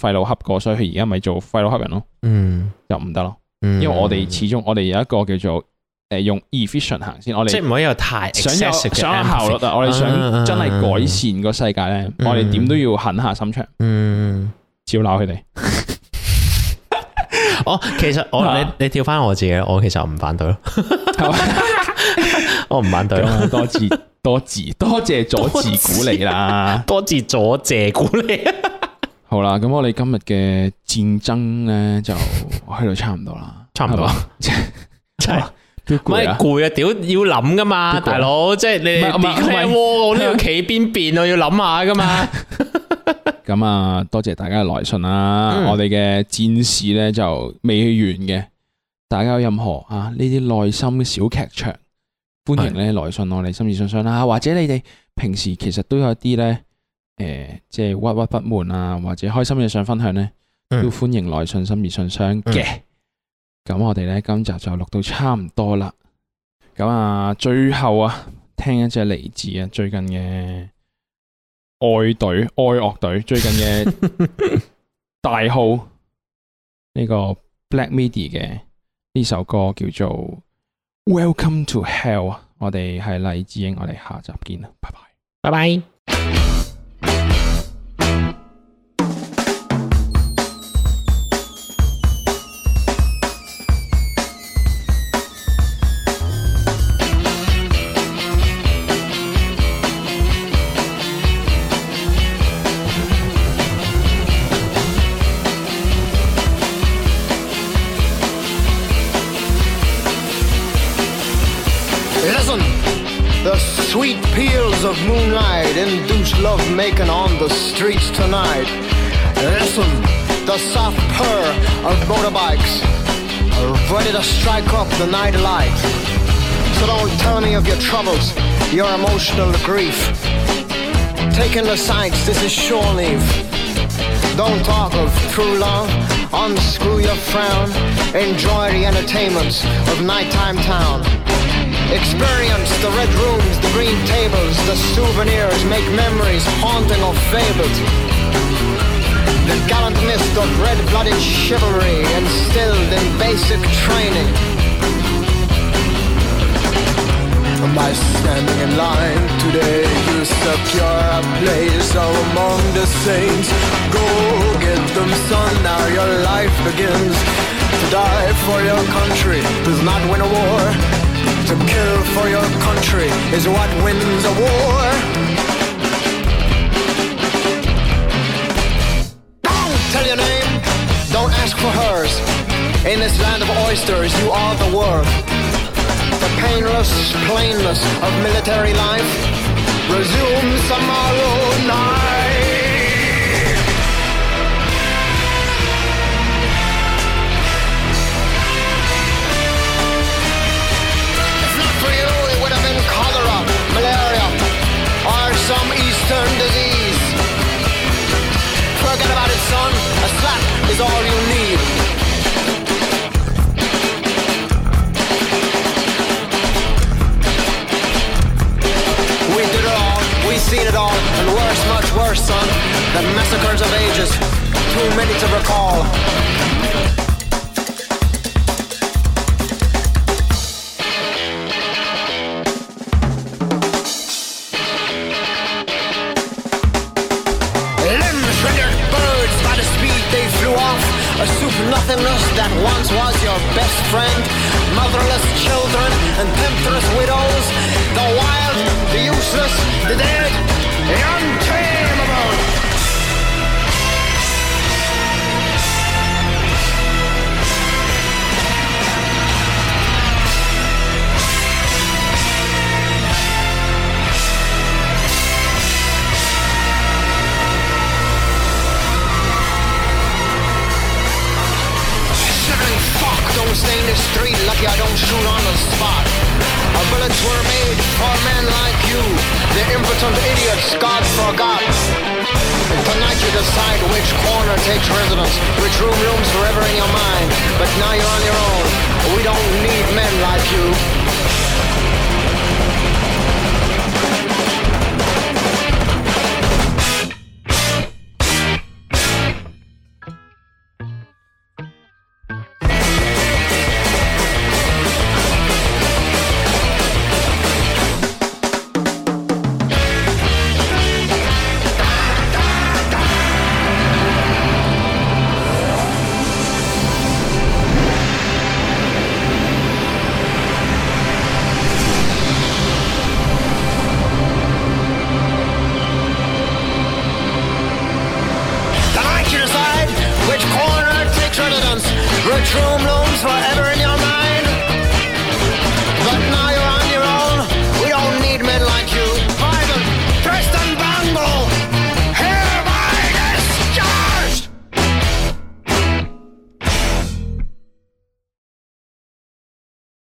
S2: 廢佬恰過，所以佢而家咪做廢佬恰人咯，
S1: 嗯，
S2: 就唔得咯。
S1: 因
S2: 因為我哋始終我哋有一個叫做誒用 efficient 行先，我
S1: 即係
S2: 哋
S1: 唔可以有太
S2: 想有
S1: excessive 嘅
S2: 想有效率
S1: empathy
S2: 啊，我哋
S1: 啊
S2: 想真係改善個世界咧，
S1: 嗯
S2: 我哋點都要狠下心腸，
S1: 嗯。
S2: 照鬧佢
S1: (laughs)
S2: 哋。 (laughs)
S1: 我哦其實我
S2: 啊
S1: 你你跳翻我自己，我其實唔反對咯， (laughs)
S2: 係嘛
S1: 我唔反對
S2: 咁
S1: 咯，
S2: 啊多謝 (laughs) 多謝多謝佐治鼓你啦。
S1: 多謝咗謝鼓
S2: (laughs)
S1: 勵。
S2: 好啦，咁我哋今日嘅戰爭咧就去到差唔多啦，
S1: 差唔多
S2: 係
S1: (laughs)
S2: 嘛，即係
S1: 真係
S2: 哇都
S1: 唔係
S2: 攰啊。
S1: 攰啊！屌要諗噶嘛，大佬，即係你哋
S2: 唔係唔係
S1: declare
S2: 唔係
S1: war，我都
S2: (laughs)
S1: 要企邊邊，我要諗下噶嘛。
S2: 咁啊，多謝大家嘅來信啦。
S1: 嗯
S2: 我哋嘅戰事咧就未完嘅，大家有任何啊呢啲內心嘅小劇場，歡迎咧來信我哋心事信箱啦，或者你哋平時其實都有一啲咧誒，即係鬱鬱不滿啊，或者開心嘅想分享咧，
S1: 嗯
S2: 都歡迎來信心事信箱嘅。咁、我哋咧今集就錄到差唔多啦。咁啊，最後啊，聽一隻嚟自啊最近嘅。愛隊、愛樂隊最近嘅大號呢個 Black Midi 嘅呢首歌叫做 Welcome to Hell 啊！我哋係黎智英，我哋下集見啦， (laughs) 拜拜。
S1: 拜拜。
S4: Listen, the sweet peals of moonlight induce lovemaking on the streets tonight. Listen, the soft purr of motorbikes are ready to strike up the night light. So don't tell me of your troubles, your emotional grief. Taking the sights, this is shore leave. Don't talk of true love, unscrew your frown, enjoy the entertainments of nighttime town. Experience the red rooms, the green tables, the souvenirs make memories haunting or fabled. The gallant mist of red-blooded chivalry instilled in basic training. By standing in line today, you secure a place among the saints. Go get them, son, now your life begins. To die for your country does not win a war. To kill for your country is what wins a war. Don't tell your name, don't ask for hers. In this land of oysters, you are the world the painless plainness of military life. resume tomorrow night. If not for you, it would have been cholera, malaria, or some eastern disease. Forget about it, son. A slap is all you need. We did it all, we seen it all, and worse, much worse, son. The massacres of ages, too many to recall. Limbs rendered birds by the speed they flew off. A soup nothingness that once was your best friend. Motherless children and temptress widows. The wild, the useless, the dead, the untamable. Shivering fuck, don't stain the street lucky I don't shoot on the spot. Our bullets were made for men like you, the impotent idiots God forgot. And tonight you decide which corner takes residence, which room rooms forever in your mind. But now you're on your own. We don't need men like you.